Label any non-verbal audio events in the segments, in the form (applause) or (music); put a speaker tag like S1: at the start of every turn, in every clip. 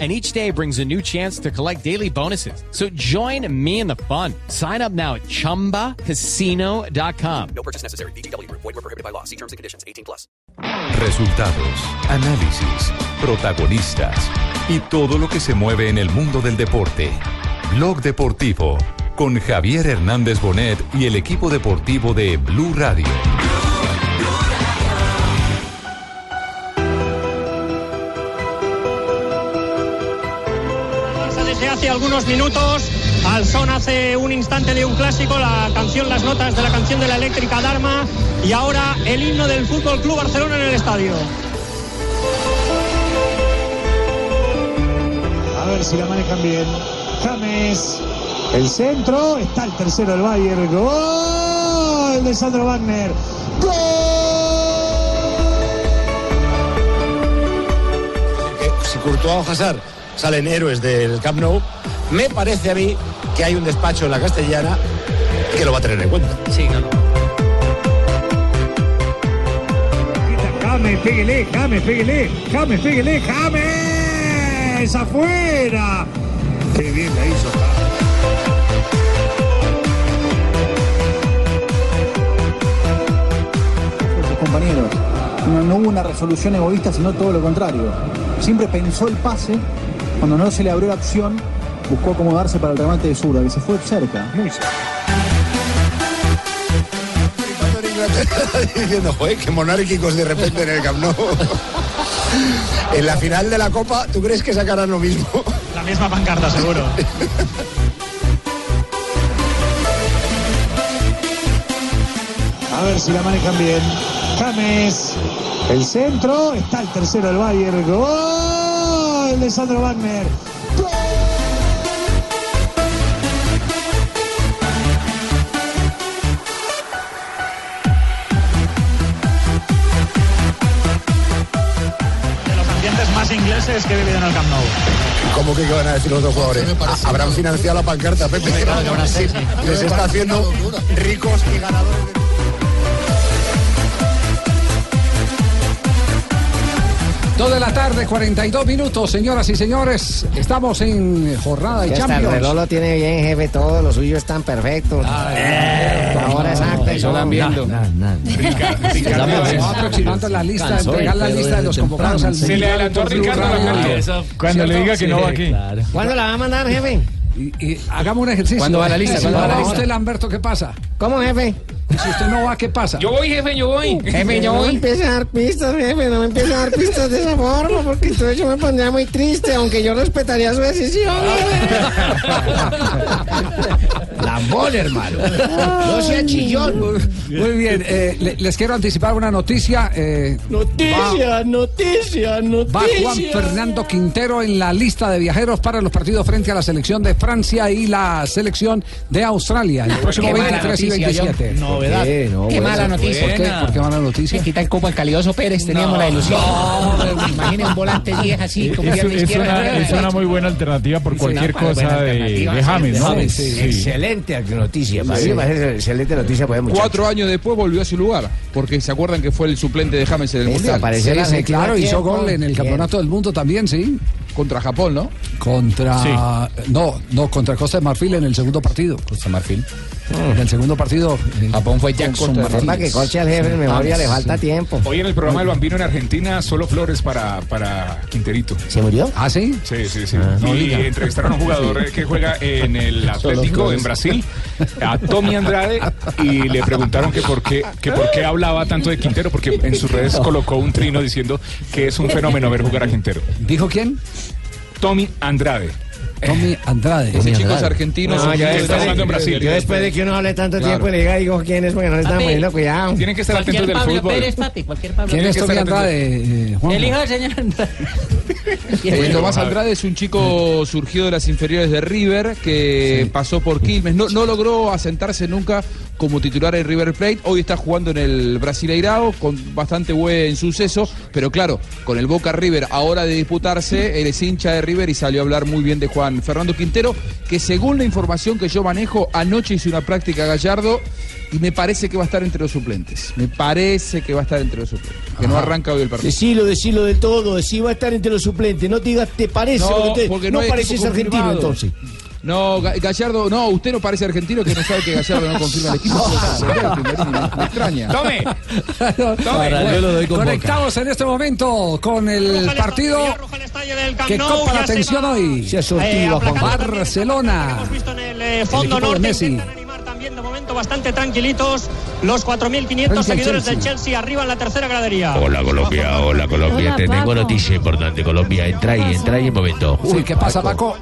S1: and each day brings a new chance to collect daily bonuses. So join me in the fun. Sign up now at ChumbaCasino.com.
S2: No purchase necessary. BGW. Void were prohibited by law. See terms and conditions. 18 plus.
S3: Resultados, análisis, protagonistas y todo lo que se mueve en el mundo del deporte. Blog Deportivo con Javier Hernández Bonet y el equipo deportivo de Blue Radio.
S4: Barça desde hace algunos minutos. Al son hace un instante de un clásico, la canción, las notas de la canción de la eléctrica Dharma y ahora el himno del Fútbol Club Barcelona en el estadio.
S5: A ver si la manejan bien. James, el centro, está el tercero del Bayern. Gol de Sandro Wagner.
S6: que si Courtois o Hazard salen héroes del Camp Nou, me parece a mí que hay un despacho en la castellana que lo va a tener en cuenta.
S7: Sí, claro.
S5: James, pégale, James, pégale, James, pégale, James. Afuera. Qué bien la hizo.
S8: sus compañeros. No, no hubo una resolución egoísta, sino todo lo contrario. Siempre pensó el pase, cuando no se le abrió la opción, buscó acomodarse para el remate de Sura, que se fue cerca.
S6: (laughs) Diciendo, joder, qué monárquicos de repente en el Camp Nou. (laughs) en la final de la Copa, ¿tú crees que sacarán lo
S4: (laughs)
S6: mismo?
S4: La misma pancarta, seguro.
S5: A ver si la manejan bien. James, el centro, está el tercero del Bayern. Gol de Sandro Wagner.
S4: De los ambientes más ingleses que he vivido en el Camp Nou.
S6: ¿Cómo que qué van a decir los dos jugadores? Ah, Habrán financiado la pancarta, Pepe. Sí, Les está haciendo ricos y ganadores.
S9: Dos de la tarde, 42 minutos, señoras y señores. Estamos en eh, jornada de
S10: Hasta el reloj
S9: Champions. Ah,
S10: lo tiene bien, jefe. Todo lo suyo es tan perfecto. La
S9: eh,
S10: hora exacta y
S9: eso
S10: todo.
S9: van viendo. Cuatro chivando la lista, entregar la lista de los convocados al
S11: Se le adelantó a Ricardo la carta. Cuando le diga que no va aquí.
S10: ¿Cuándo la va a mandar, jefe?
S9: Y, y hagamos un ejercicio.
S10: ¿Cuándo va la lista?
S9: Si
S10: ¿Cuándo
S9: no
S10: va la
S9: va
S10: lista?
S9: usted, Lamberto, ¿qué pasa?
S10: ¿Cómo, jefe?
S9: Y si usted no va, ¿qué pasa?
S11: Yo voy, jefe, yo voy.
S10: Jefe, yo no me empiece a dar pistas, jefe. No me empiece a dar pistas de esa forma, porque entonces yo me pondría muy triste, aunque yo respetaría su decisión.
S9: Lambón, hermano.
S10: (laughs) No sea chillón.
S9: Muy bien, eh, le- les quiero anticipar una noticia. eh,
S10: Noticia, noticia,
S9: Va Juan Fernando Quintero en la lista de viajeros para los partidos frente a la selección de Francia y la selección de Australia el próximo
S10: mala
S9: 23 y
S10: noticia,
S9: 27.
S10: Novedad. Qué, mala noticia.
S9: ¿Por qué? ¿Por qué mala
S10: Se
S9: noticia?
S10: quita el copo al calidoso Pérez, teníamos la ilusión. No, imaginen un volante 10 así, como
S11: Es,
S10: pierna
S11: es
S10: izquierda.
S11: una,
S10: pierna
S11: es una
S10: derecha.
S11: muy buena alternativa por cualquier
S10: buena
S11: cosa de,
S10: alternativa,
S11: de James, ¿no?
S9: James,
S11: Sí.
S6: Excelente noticia, excelente noticia para
S12: Cuatro años después volvió a su lugar, porque se acuerdan que fue el suplente de James en el
S10: Eso,
S12: Mundial.
S10: aparece.
S9: Sí,
S10: Pareciera
S9: sí,
S10: que
S9: claro,
S10: tiene
S9: hizo
S10: tiempo.
S9: gol en el
S10: Bien.
S9: Campeonato del Mundo también, sí.
S12: Contra Japón, ¿no?
S9: Contra. No, no, contra Costa de Marfil en el segundo partido. Costa Marfil.
S11: Mm.
S9: En el segundo partido. eh,
S12: Japón fue Jack
S9: Costa
S12: contra
S9: Marfil.
S10: Sepa que coche al jefe, en memoria
S9: Ah,
S10: le falta tiempo.
S11: Hoy en el programa El Bambino en Argentina, solo flores para, para Quinterito.
S10: ¿Se murió? Ah.
S9: ¿Ah, sí?
S11: Sí, sí, sí. y entrevistaron a un jugador eh, que juega en
S9: (laughs)
S11: el Atlético en Brasil, a Tommy Andrade, y le preguntaron que por qué, que por qué hablaba tanto de Quintero, porque en sus redes colocó un trino diciendo que es un fenómeno ver jugar a Quintero.
S9: ¿Dijo quién?
S11: Tommy Andrade.
S9: Tommy Andrade.
S12: Ese chico es argentino. es un
S11: ya
S12: chico
S11: está
S12: de-
S11: jugando en Brasil.
S10: Yo después de que
S9: (laughs)
S10: uno hable tanto
S12: Claro.
S10: tiempo y le diga, digo, ¿quién es? Porque no le pues están
S7: Papi.
S10: poniendo cuidado.
S11: Tienen que estar atentos del
S7: Pablo
S11: fútbol.
S7: Pérez, papi, cualquier Pablo
S9: ¿Quién
S7: Pérez.
S9: es Tommy Andrade? eh, Juanjo?
S7: El hijo del señor Andrade.
S12: Eh, Tomás
S11: James.
S12: Andrade es un chico surgido de las inferiores de River que pasó por Quilmes. No, no logró asentarse nunca como titular en River Plate. Hoy está jugando en el Brasileirao con bastante buen suceso, pero claro, con el Boca River ahora de disputarse, él es hincha de River y salió a hablar muy bien de Juan Fernando Quintero, que según la información que yo manejo, anoche hizo una práctica Gallardo y me parece que va a estar entre los suplentes. Me parece que va a estar entre los suplentes. Que no
S2: Ajá.
S12: arranca hoy el partido.
S2: Decilo, decilo de todo, decí va a estar entre los suplentes, no te digas te parece,
S12: No,
S2: porque te-
S12: porque
S2: no,
S12: no es
S2: pareces
S12: tipo
S2: argentino
S12: confirmado.
S2: entonces.
S12: No, Ga- Gallardo, no, usted no parece argentino que no sabe que Gallardo no confirma
S13: (laughs)
S12: el equipo. Me extraña.
S9: Tome.
S12: yo lo doy con Boca.
S9: Conectados en este momento con el partido que
S4: Nou,
S9: copa la
S4: ya se
S9: atención
S4: va.
S9: hoy.
S4: Se ha sortido, Eh, Juan.
S9: Barcelona.
S4: en el eh, fondo
S9: equipo de
S4: norte
S9: Messi.
S4: intentan animar también de momento bastante tranquilitos los 4.500
S10: Frente al
S4: seguidores
S10: Chelsea.
S4: del Chelsea arriba en la tercera gradería.
S10: Hola Colombia, hola Colombia,
S4: Hola,
S10: te tengo
S4: Paco.
S10: noticia importante Colombia, entra ahí, entra ahí un momento.
S9: Sí, ¿qué pasa, Paco?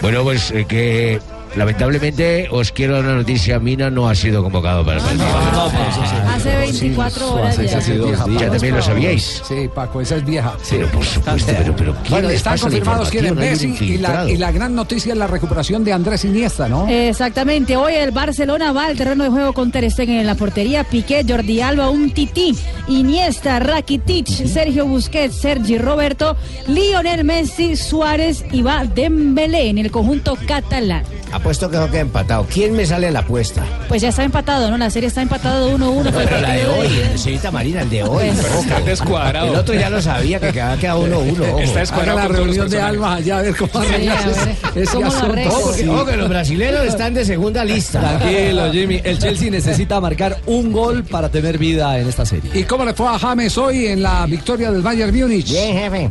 S10: Bueno, pues eh, que lamentablemente os quiero dar una noticia, Mina no ha sido convocado para el partido.
S2: Ah,
S14: Hace 24 horas
S10: sí,
S14: ya.
S10: sí, sí. Ya también lo sabíais.
S9: Sí, Paco, esa es vieja.
S10: Pero por supuesto, pero, pero ¿quién
S9: Bueno,
S10: les
S9: están
S10: pasa la
S9: confirmados quiénes
S10: información? Hay un
S9: Messi y la,
S10: infiltrado.
S9: y la gran noticia es la recuperación de Andrés Iniesta, ¿no?
S14: Exactamente, hoy el Barcelona va al terreno de juego con Ter Stegen en la portería, Piqué, Jordi Alba, un tití, Iniesta, Rakitic, Sergio Busquets, Sergi Roberto, Lionel Messi, Suárez y va Dembélé en el conjunto catalán.
S2: Apuesto que no queda empatado. ¿Quién me sale en la apuesta?
S14: Pues ya está empatado, ¿no? La serie está empatada 1-1. fue el
S2: Pero la de
S14: partido
S2: hoy, señorita Marina, el de hoy.
S14: Pues- Pero
S8: está descuadrado.
S2: El otro ya lo sabía que quedaba quedado uno uno. ojo.
S8: Está descuadrado
S9: Haga la
S8: por todos los
S9: reunión de
S8: personajes.
S9: almas allá a ver cómo
S2: Sí,
S9: arreglas
S2: a ver,
S9: ese- ese
S2: ¿cómo lo
S9: asunto.
S2: arreglas? Ojo que- ojo que los brasileños están de segunda lista.
S15: Tranquilo, Jimmy. El Chelsea necesita marcar un gol para tener vida en esta serie.
S9: ¿Y cómo le fue a James hoy en la victoria del Bayern Múnich?
S2: Bien, jefe.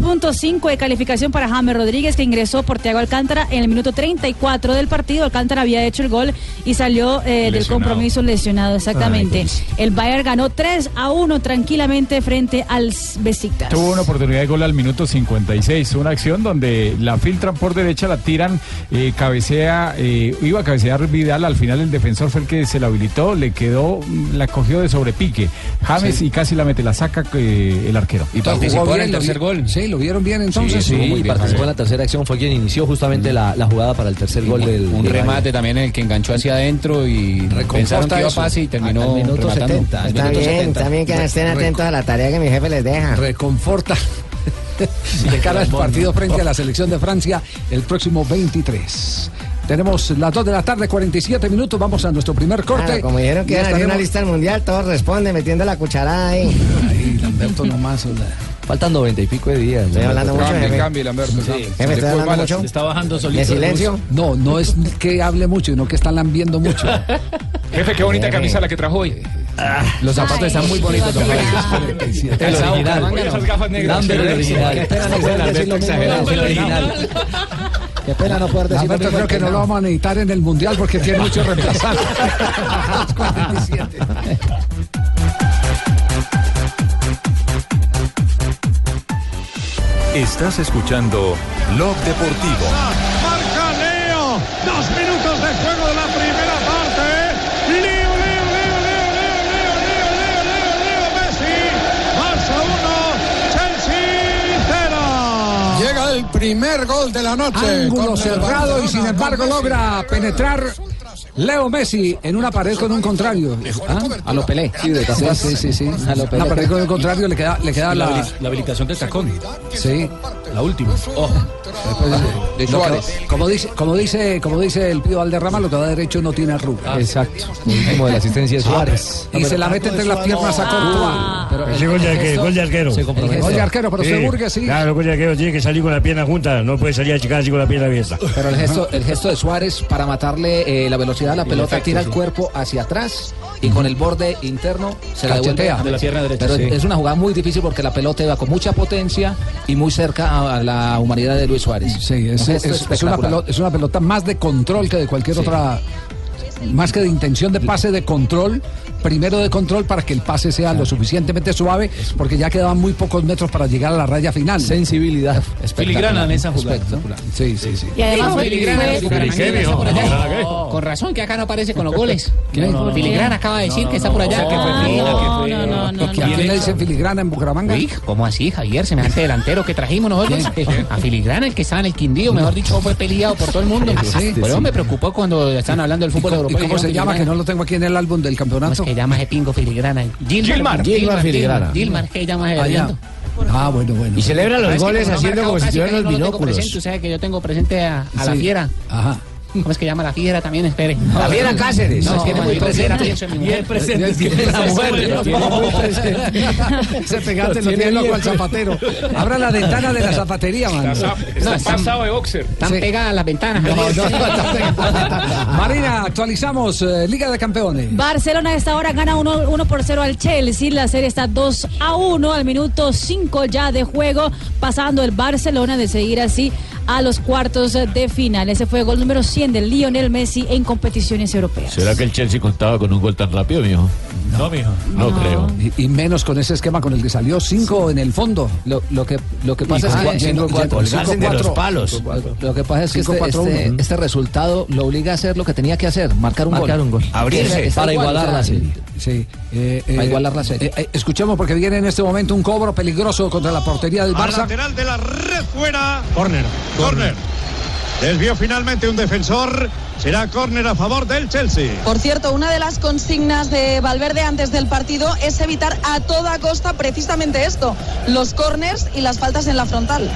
S14: 6.5 de calificación para James Rodríguez que ingresó por Thiago Alcántara en el minuto 34 del partido. Alcántara había hecho el gol y salió eh, del
S16: Lesionado.
S14: compromiso lesionado, exactamente. el Bayern ganó 3 a 1 tranquilamente frente al Besiktas.
S8: Tuvo una oportunidad de gol al minuto 56, una acción donde la filtran por derecha, la tiran, eh, cabecea, eh, iba a cabecear Vidal, al final el defensor fue el que se la habilitó, le quedó, mm, la cogió de sobrepique. James
S9: Sí.
S8: y casi la mete, la saca eh, el arquero.
S9: Y participó en el tercer gol. Sí, lo vieron bien entonces.
S15: Sí, y participó en la tercera acción, fue quien inició justamente la, la jugada para el tercer gol del
S17: Un
S15: del
S17: remate también en el que enganchó hacia adentro y pensaron que iba a
S15: eso.
S17: pase y
S15: Hasta
S17: terminó
S15: el minuto
S17: rematando.
S15: 70,
S17: Al
S15: está
S17: minuto
S15: bien,
S17: 70.
S18: También que estén atentos a la tarea que mi jefe les deja.
S9: Reconforta. de cara al partido frente a la selección de Francia el próximo 23. Tenemos las 2 de la tarde, 47 minutos. Vamos a nuestro primer corte.
S18: Claro, como dijeron que
S9: Y
S18: iban a hacer una
S9: estaremos-
S18: lista del mundial, todos responden metiendo la cucharada ahí.
S9: Ahí, Lamberto nomás. hola.
S15: Faltan noventa y pico de días.
S18: Estoy hablando mucho,
S15: Cambie,
S18: jefe.
S15: cambie, Lamberto,
S18: Sí.
S15: cambie.
S18: Jefe, estoy
S15: Después
S18: hablando
S15: va la-
S18: mucho.
S15: se está bajando solito
S18: ¿De
S15: el
S18: silencio?
S9: No, no es que hable mucho, sino que están lambiendo mucho.
S8: Jefe, qué bonita camisa la que trajo hoy.
S9: Los zapatos están muy bonitos.
S8: El original. Oye, esas gafas negras.
S15: Lambert, el
S8: Sí,
S15: original.
S8: sí. Alberto exagerado.
S15: el original.
S9: Qué pena no poder
S15: decir
S9: Lamberto,
S15: lo mismo
S9: creo que
S15: que
S9: no
S15: no.
S9: lo vamos a necesitar en el mundial porque tiene muchos
S19: (laughs)
S9: reemplazantes.
S1: (laughs)
S3: Estás escuchando Blog Deportivo.
S5: Marca Leo. Dos minutos de juego de la primera parte. ¿eh? Leo, Leo, Leo, Leo, Leo, Leo, Leo, Leo, Leo, Leo, Leo Messi. Barça 1, Chelsea 0.
S20: Llega el primer gol de la noche.
S9: Ángulo
S20: Contra el
S9: cerrado y
S20: Barcelona,
S9: sin embargo
S20: con Messi.
S9: logra penetrar Leo Messi en una pared con un contrario. ¿Ah?
S17: A lo Pelé.
S9: Sí, de
S17: Sí,
S9: casual, sí, sí, sí.
S17: A lo
S9: Una
S17: Pelé.
S9: pared con el contrario le queda, Ah, le queda
S17: Y la
S9: la,
S17: habili-
S9: habilitación del tacón. Sí. La última.
S12: De Suárez.
S9: como, dice, como, dice, como dice el Pío Valderrama, lo que da derecho no tiene arruga. Exacto.
S15: Como de la asistencia de Suárez.
S9: Y se la mete entre las piernas a Courtois. Pero
S21: Ese
S9: el-
S21: gol de
S9: el
S21: arquero,
S9: gesto-
S21: gol de arquero.
S9: el gesto- Gol de arquero, pero usted Burgues, sí.
S21: Claro, gol de arquero tiene que salir con la pierna junta, no puede salir a chicar así con la pierna abierta.
S17: Pero el gesto, el gesto de Suárez para matarle eh, la velocidad a la
S15: Y
S17: pelota,
S15: efecto,
S17: tira el
S15: sí.
S17: cuerpo hacia atrás y con el borde interno se la devuelve
S15: Cachetea.
S17: a
S15: De la
S17: Messi.
S15: pierna derecha,
S17: Pero
S15: sí.
S17: es una jugada muy difícil porque la pelota iba con mucha potencia y muy cerca a la humanidad de Luis Suárez.
S9: Sí, es, es-
S17: Un gesto
S9: es una
S17: espectacular.
S9: pelota, es una pelota más de control que de cualquier otra. Más que de intención de pase, de control. Primero de control para que el pase sea lo suficientemente suave, porque ya quedaban muy pocos metros para llegar a la raya final. Sensibilidad.
S17: Filigrana en esa jugada.
S9: Sí, sí, sí.
S16: Y además fue- fue-
S22: Oh, Con razón que acá no aparece con los goles.
S9: ¿Qué?
S22: No, no, no. Filigrán acaba de decir que está por allá.
S9: No, no, no, no. ¿A quién le dicen filigrana en Bucaramanga?
S22: Uy, ¿Cómo así, Javier? Semejante delantero que trajimos nosotros. A Filigrana, el que estaba en el Quindío, mejor dicho, fue peleado por todo el mundo.
S9: Sí,
S22: Pero
S9: sí.
S22: me preocupó cuando estaban hablando del fútbol
S9: Con ¿Y cómo se llama? Que no lo tengo aquí en el álbum del campeonato.
S22: que llama ese pingo filigrana.
S9: Gilmar, Gilmar
S22: Gilmar, Gilmar,
S9: Filigrana.
S22: Gilmar, Gilmar, que llama ese
S9: Ah, ya.
S22: Hernando.
S9: Ah, bueno, bueno. Ah,
S23: Y celebra los
S22: Es que
S23: goles
S22: no ha
S23: haciendo
S22: marcado
S23: como si
S22: casi,
S23: estuvieran
S22: casi
S23: los
S22: no tengo
S23: binóculos.
S22: presente, o sea, que yo tengo presente a, a la
S23: Sí.
S22: fiera.
S9: Ajá.
S22: ¿Cómo es que llama la fiera también? Espere.
S23: La fiera Cáceres.
S22: No,
S23: No,
S22: tiene muy
S23: muy
S22: presente.
S23: presente.
S22: pienso en mi mujer.
S23: Bien presente,
S22: Yo-
S23: tiene
S22: yo-
S23: la
S22: yo-
S23: muerte,
S22: yo-
S23: lo
S9: tiene muy (laughs) presente.
S23: Ese
S9: pegante lo tiene loco al zapatero. Abra la ventana de la zapatería, mano.
S22: Está- está
S9: No, están-
S22: pasado de boxer. Están
S9: Sí.
S22: pegadas las
S9: (laughs)
S22: ventanas.
S9: No,
S22: Javier.
S9: no, Marina, actualizamos eh, Liga de Campeones.
S14: Barcelona a esta hora gana 1, por 0 al Chelsea. La serie está 2 a 1 al minuto 5 ya de juego, pasando el Barcelona de seguir así a los cuartos de final. Ese fue el gol número 100 de Lionel Messi en competiciones europeas.
S24: ¿Será que el Chelsea contaba con un gol tan rápido, mijo? No, mijo. No, creo.
S9: Y, y menos con ese esquema con el que salió cinco en el fondo.
S17: Lo, lo que, lo que pasa
S9: Y
S17: es
S9: con
S17: que
S9: cua-
S17: cinco,
S9: cinco, cuatro.
S17: cinco,
S9: Colgarse de
S17: cuatro.
S9: los palos.
S17: Lo que pasa es que
S9: Cinco,
S17: este,
S9: cuatro, uno,
S17: este-
S9: ¿no?
S17: este resultado lo obliga a hacer lo que tenía que hacer, marcar un
S9: Marcar
S17: gol.
S9: un gol.
S17: Está- está igual, o sea,
S9: Sí. eh,
S17: Para
S9: eh,
S17: igualar la serie.
S9: eh, eh, escuchemos porque viene en este momento un cobro peligroso contra la portería del
S5: Al
S9: Barça.
S5: lateral de la red fuera. Corner. Corner. Desvió finalmente un defensor. Será corner a favor del Chelsea.
S19: Por cierto, una de las consignas de Valverde antes del partido es evitar a toda costa precisamente esto, los corners y las faltas en la frontal.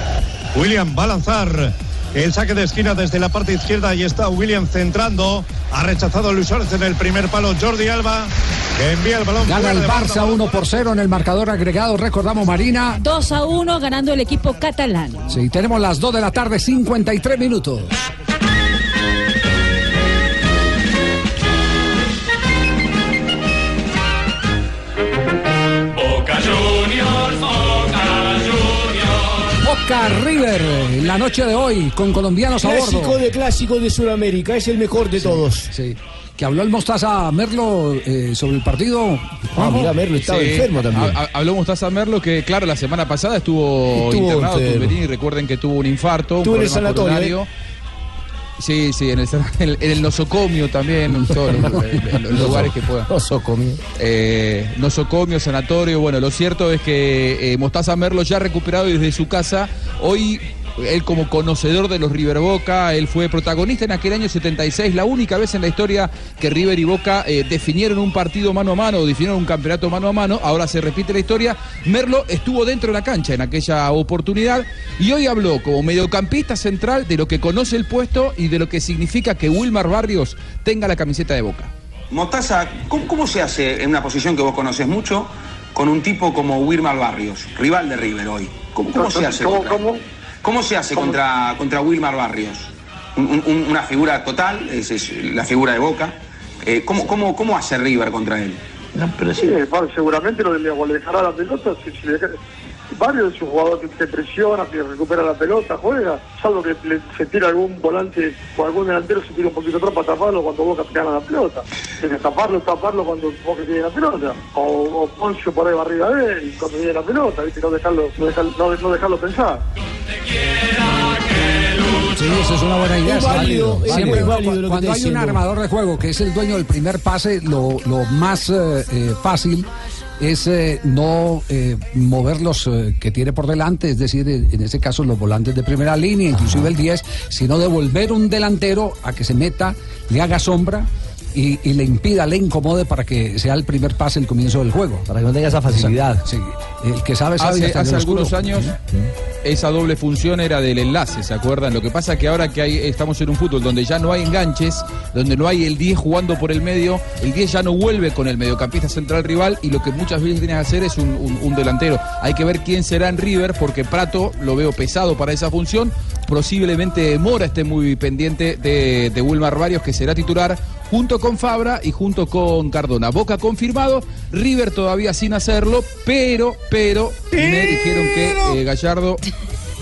S5: William va a lanzar el saque de esquina desde la parte izquierda y está William centrando. Ha rechazado Luis Suárez en el primer palo. Jordi Alba que envía el balón.
S9: Gana
S5: fuera
S9: el
S5: de banda.
S9: Barça 1 por 0 en el marcador agregado. Recordamos Marina.
S14: 2 a 1 ganando el equipo catalán.
S9: Sí, tenemos las 2 de la tarde, 53 minutos.
S5: Boca Juniors, Boca Juniors.
S9: Boca River, en la noche de hoy, con colombianos a bordo.
S13: Clásico de clásicos de Sudamérica, es el mejor de todos.
S9: Sí. Que habló el Mostaza Merlo eh, sobre el partido.
S13: Ah, mira, Merlo estaba
S12: Sí.
S13: enfermo también.
S12: Ha- ha- Habló Mostaza Merlo que, claro, la semana pasada estuvo,
S13: Estuvo
S12: internado
S13: enfermo.
S12: Tumberini. Recuerden que tuvo un infarto, un
S13: Estuvo en el
S12: problema
S13: sanatorio, ¿eh?
S12: coronario. Sí, sí, en el, san- en el- en el nosocomio también, en todos los, en los lugares que pueda.
S17: Nosocomio.
S12: Eh, nosocomio, sanatorio. Bueno, lo cierto es que eh, Mostaza Merlo ya recuperado desde su casa. Hoy. Él como conocedor de los River Boca, él fue protagonista en aquel año 76, la única vez en la historia que River y Boca eh, definieron un partido mano a mano, o definieron un campeonato mano a mano, ahora se repite la historia, Merlo estuvo dentro de la cancha en aquella oportunidad y hoy habló como mediocampista central de lo que conoce el puesto y de lo que significa que Wilmar Barrios tenga la camiseta de Boca.
S15: Mostaza, ¿cómo, cómo se hace en una posición que vos conoces mucho con un tipo como Wilmar Barrios, rival de River hoy? ¿Cómo, cómo se hace?
S25: ¿Cómo,
S15: contra, ¿Cómo se hace contra, contra Wilmar Barrios? Un- un- una figura total, es, es la figura de Boca. Eh, ¿cómo, cómo, ¿Cómo hace River contra él?
S25: Sí, el VAR seguramente lo le dejará la pelota. Si, si le- Barrio es un jugador que te presiona, que recupera la pelota, juega, salvo que le- se tira algún volante o algún delantero se tira un poquito atrás para taparlo cuando Boca gana la pelota. Tiene que taparlo, taparlo cuando Boca tiene la pelota. O, o Poncio por ahí va arriba de él cuando tiene la pelota, ¿viste? No, dejarlo, no, dejarlo, no, no dejarlo pensar.
S9: Sí, eso es una buena idea.
S13: Es
S9: está
S13: válido, es
S9: Siempre,
S13: muy válido lo que
S9: cuando
S13: está
S9: hay un
S13: diciendo.
S9: armador de juego que es el dueño del primer pase, lo, lo más eh, eh, fácil es eh, no eh, mover los eh, que tiene por delante, es decir, eh, en ese caso los volantes de primera línea, inclusive el 10, sino devolver un delantero a que se meta, le haga sombra. Y, y le impida, le incomode para que sea el primer pase, el comienzo del juego. Para que no tenga esa
S12: facilidad.
S9: Sí. El que sabe, sabe. y
S12: Hace,
S9: hasta el
S12: hace
S9: oscuro.
S12: algunos años esa doble función era del enlace, ¿se acuerdan? Lo que pasa que ahora que hay, estamos en un fútbol donde ya no hay enganches, donde no hay el 10 jugando por el medio, el 10 ya no vuelve con el mediocampista central rival y lo que muchas veces tiene que hacer es un, un- un delantero. Hay que ver quién será en River porque Prato lo veo pesado para esa función. Posiblemente Mora esté muy pendiente de, de Wilmar Barrios, que será titular junto con Fabra y junto con Cardona. Boca confirmado, River todavía sin hacerlo, pero, pero, me dijeron que eh, Gallardo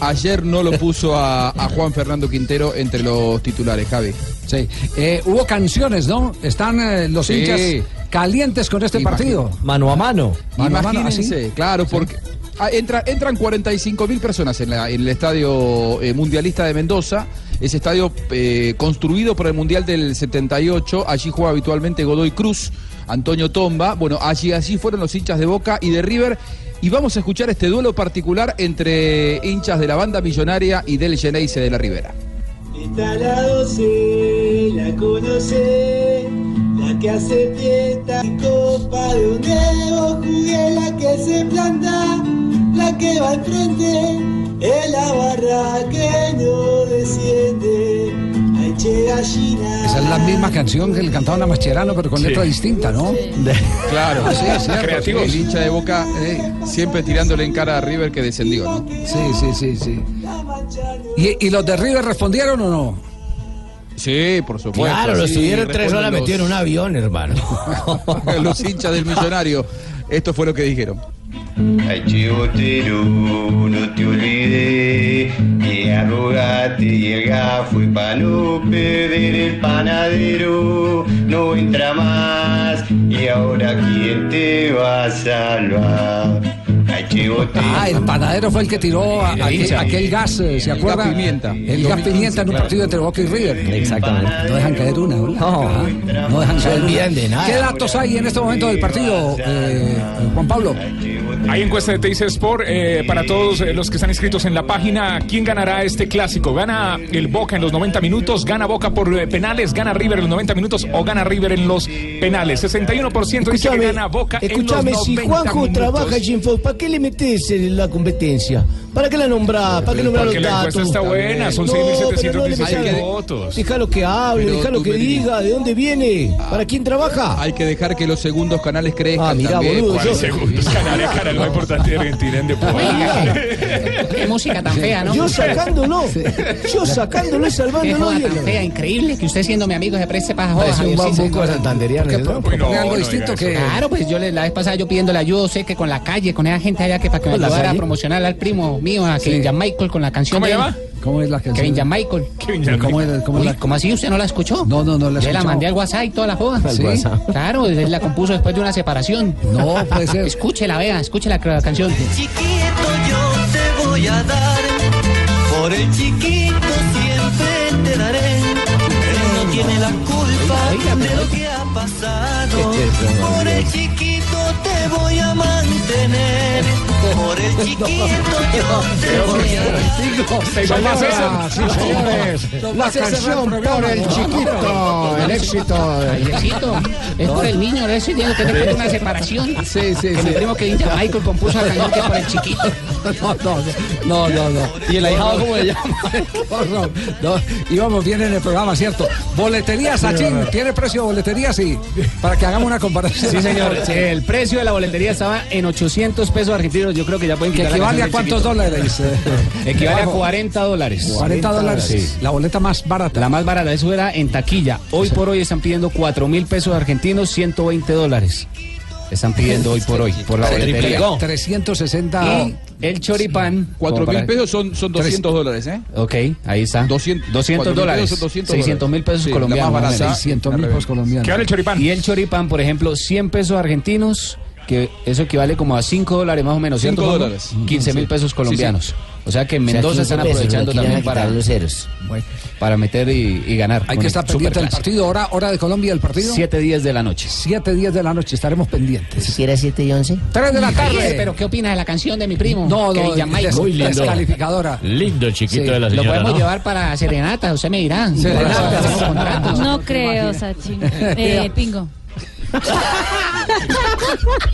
S12: ayer no lo puso a, a Juan Fernando Quintero entre los titulares, Javi.
S9: Sí. Eh, hubo canciones, ¿no? Están eh, los
S12: Sí.
S9: hinchas calientes con este partido. Mano a mano. Mano a mano,
S12: Imagínense,
S9: así.
S12: claro, porque ah, entra- entran 45 mil personas en, la- en el estadio eh, mundialista de Mendoza. Ese estadio eh, construido por el Mundial del 78, allí juega habitualmente Godoy Cruz, Antonio Tomba. Bueno, allí, allí fueron los hinchas de Boca y de River. Y vamos a escuchar este duelo particular entre hinchas de la banda millonaria y del Geneise de la Ribera.
S4: Esta la doce, la conoce,
S2: la que hace fiesta, mi copa de un nuevo jugué, la que se planta, la que va al frente, es la barra que no desciende. Ay, che gallina.
S9: Esa es la misma canción que le cantaban a Mascherano, pero con
S12: Sí.
S9: letra distinta, ¿no?
S12: Claro,
S9: Sí, es cierto,
S12: creativos.
S9: sí.
S12: El hincha de Boca eh, siempre tirándole en cara a River que descendió, ¿no?
S9: Sí, sí, sí, sí. ¿Y, y los de River respondieron o no?
S12: Sí, por supuesto.
S9: Claro, lo
S12: sí,
S9: estuvieron tres
S12: responden
S9: horas
S12: los-
S9: metido en un
S15: avión, hermano.
S12: (laughs) los hinchas del millonario. Esto fue lo que dijeron.
S26: Ay, chivotero, no te olvides que arrogaste y el fue para no perder el panadero. No entra más y ahora quién te va a salvar. Ay, chivotero.
S9: Ah, el panadero fue el que tiró a- aquel, aquel gas, eh, ¿se acuerda?
S26: gas pimienta.
S9: El gas pimienta en un partido entre Boca y River.
S15: Exactamente.
S9: No dejan caer una, ¿no? No, dejan
S15: No se
S9: caer
S15: olvidan
S9: una.
S15: de nada.
S9: ¿Qué datos hay en este momento del partido, eh, Juan Pablo?
S11: Hay encuesta de TIC Sport eh, para todos eh, los que están inscritos en la página. ¿Quién ganará este clásico? ¿Gana el Boca en los 90 minutos? ¿Gana Boca por eh, penales? ¿Gana River en los 90 minutos? ¿O gana River en los penales? 61% dice que
S10: Escúchame,
S11: gana Boca en
S10: Escúchame,
S11: los 90
S10: si Juanjo
S11: minutos.
S10: trabaja en Jim Fox, ¿para qué le metes en la competencia? ¿Para qué la nombrás? ¿Para qué nombrar los
S11: Porque la
S10: datos?
S11: encuesta está buena, son
S10: No, pero no le
S11: 6.716
S10: metas-
S11: votos.
S10: Déjalo que hable,
S12: Pero
S10: déjalo
S12: tú
S10: que
S12: me
S10: diga, ¿de dónde viene? ¿Para quién trabaja?
S12: Hay que dejar que los segundos canales crezcan
S10: Ah, mirá,
S12: también.
S10: boludo,
S12: ¿Cuáles
S10: yo-
S12: segundos
S11: canales, cara? Lo importante de Argentina en
S22: Qué música tan fea, ¿no?
S10: Yo sacándolo, yo sacándolo y
S22: Qué
S10: salvándolo.
S22: joda tan
S10: hielo.
S22: fea, increíble que usted siendo mi amigo se preste para jodas.
S10: Parece un
S22: Javiercito.
S10: bambuco santanderiano,
S22: Que
S10: ¿no?
S22: pro-
S10: Uy, no,
S22: proponga algo
S10: no
S22: distinto
S10: diga eso.
S22: que- Claro, pues yo le- la vez pasada yo pidiéndole ayuda, sé que con la calle, con esa gente allá que para que me
S9: ¿Con la
S22: ayudara a
S9: calle?
S22: promocionar al primo mío, a Kevin Jan Michael con la canción.
S9: ¿Cómo
S22: de-
S9: llama? ¿Cómo es la canción?
S22: Kevin Jan Michael.
S9: Jan ¿Cómo Michael. era- cómo
S22: Uy,
S9: la-
S22: ¿cómo así usted no la escuchó?
S9: No, no, no la
S22: Yo la
S9: escuchó.
S22: mandé al WhatsApp y toda la joda.
S9: Al WhatsApp.
S22: Claro, él la compuso después de una separación.
S9: No,
S22: (laughs)
S9: puede ser.
S22: Escúchela, vea, escúchela la canción.
S2: Chiquito yo te voy a dar, por el chiquito siempre te daré. Él no tiene la culpa de lo que ha pasado. Por el chiquito te voy a mantener. Por
S5: (laughs)
S2: el chiquito yo te voy a
S9: Señoras
S2: dar.
S9: y señores, la canción por el chiquito, el éxito.
S22: Javiercito, es por el niño, eso tiene que tener una separación.
S9: Sí, sí,
S22: Que
S9: sí.
S22: mi primo Kevin Jan Michael compuso la canción que por el chiquito.
S9: No, no, no, no, no.
S22: ¿Y el ahijado cómo
S9: le llama? (laughs) No, íbamos bien en el programa, ¿cierto? Boletería, Sachin, ¿tiene precio de boletería? Sí, para que hagamos una comparación.
S27: Sí,
S9: (laughs)
S27: señor. Sí, El precio de la boletería estaba en 800 pesos argentinos. Yo creo que ya pueden
S9: ¿Que
S27: quitar la
S9: equivale a
S27: canción del
S9: cuántos dólares?
S27: chiquito. Equivale a 40 dólares.
S9: 40 dólares. La boleta más barata.
S27: La más barata. Eso era en taquilla. Hoy por hoy están pidiendo 4 mil pesos argentinos, 120 dólares. Están pidiendo hoy por hoy, (laughs) por la
S9: Se
S27: boletería.
S9: triplicó. 360.
S27: Y el choripán.
S12: 4 mil pesos son, son 200 dólares, ¿eh?
S27: Ok, ahí está. 200,
S12: 4.000
S27: dólares.
S12: pesos, 200
S27: 600 mil pesos
S12: Sí, la más
S27: colombianos.
S12: barata.
S27: hombre.
S12: 600 mil pesos
S9: colombianos.
S27: ¿Qué vale el choripán? Y el choripán, por ejemplo, 100 pesos argentinos, que eso equivale como a 5 dólares más o menos, ¿cierto?
S15: 5
S27: Juanjo?
S15: dólares.
S27: 15 mil pesos colombianos.
S15: Sí,
S27: O sea que en
S15: O sea,
S27: Mendoza
S15: 15
S27: están
S15: pesos,
S27: aprovechando
S15: aquí le van a
S27: también para,
S15: quitar los ceros.
S27: para meter y, y ganar.
S9: Hay que estar pendiente del partido. Hora, hora de Colombia, el partido.
S27: 7 días de la noche.
S9: 7, 10 de la noche. Estaremos pendientes. Si quiere 7 y 11. 3 de la
S22: Oye,
S9: tarde.
S22: Pero ¿qué opinas de la canción de mi primo?
S9: No, no,
S22: Kevin Jan
S9: des-
S22: Michael.
S9: Muy lindo. descalificadora.
S8: Lindo el chiquito
S22: Sí,
S8: de la
S22: Lo
S8: señora,
S22: podemos
S8: ¿no?
S22: llevar para Serenata, usted me dirá.
S8: Serenata.
S22: Hacemos contratos.
S14: No creo, Sachin. Eh, Pingo.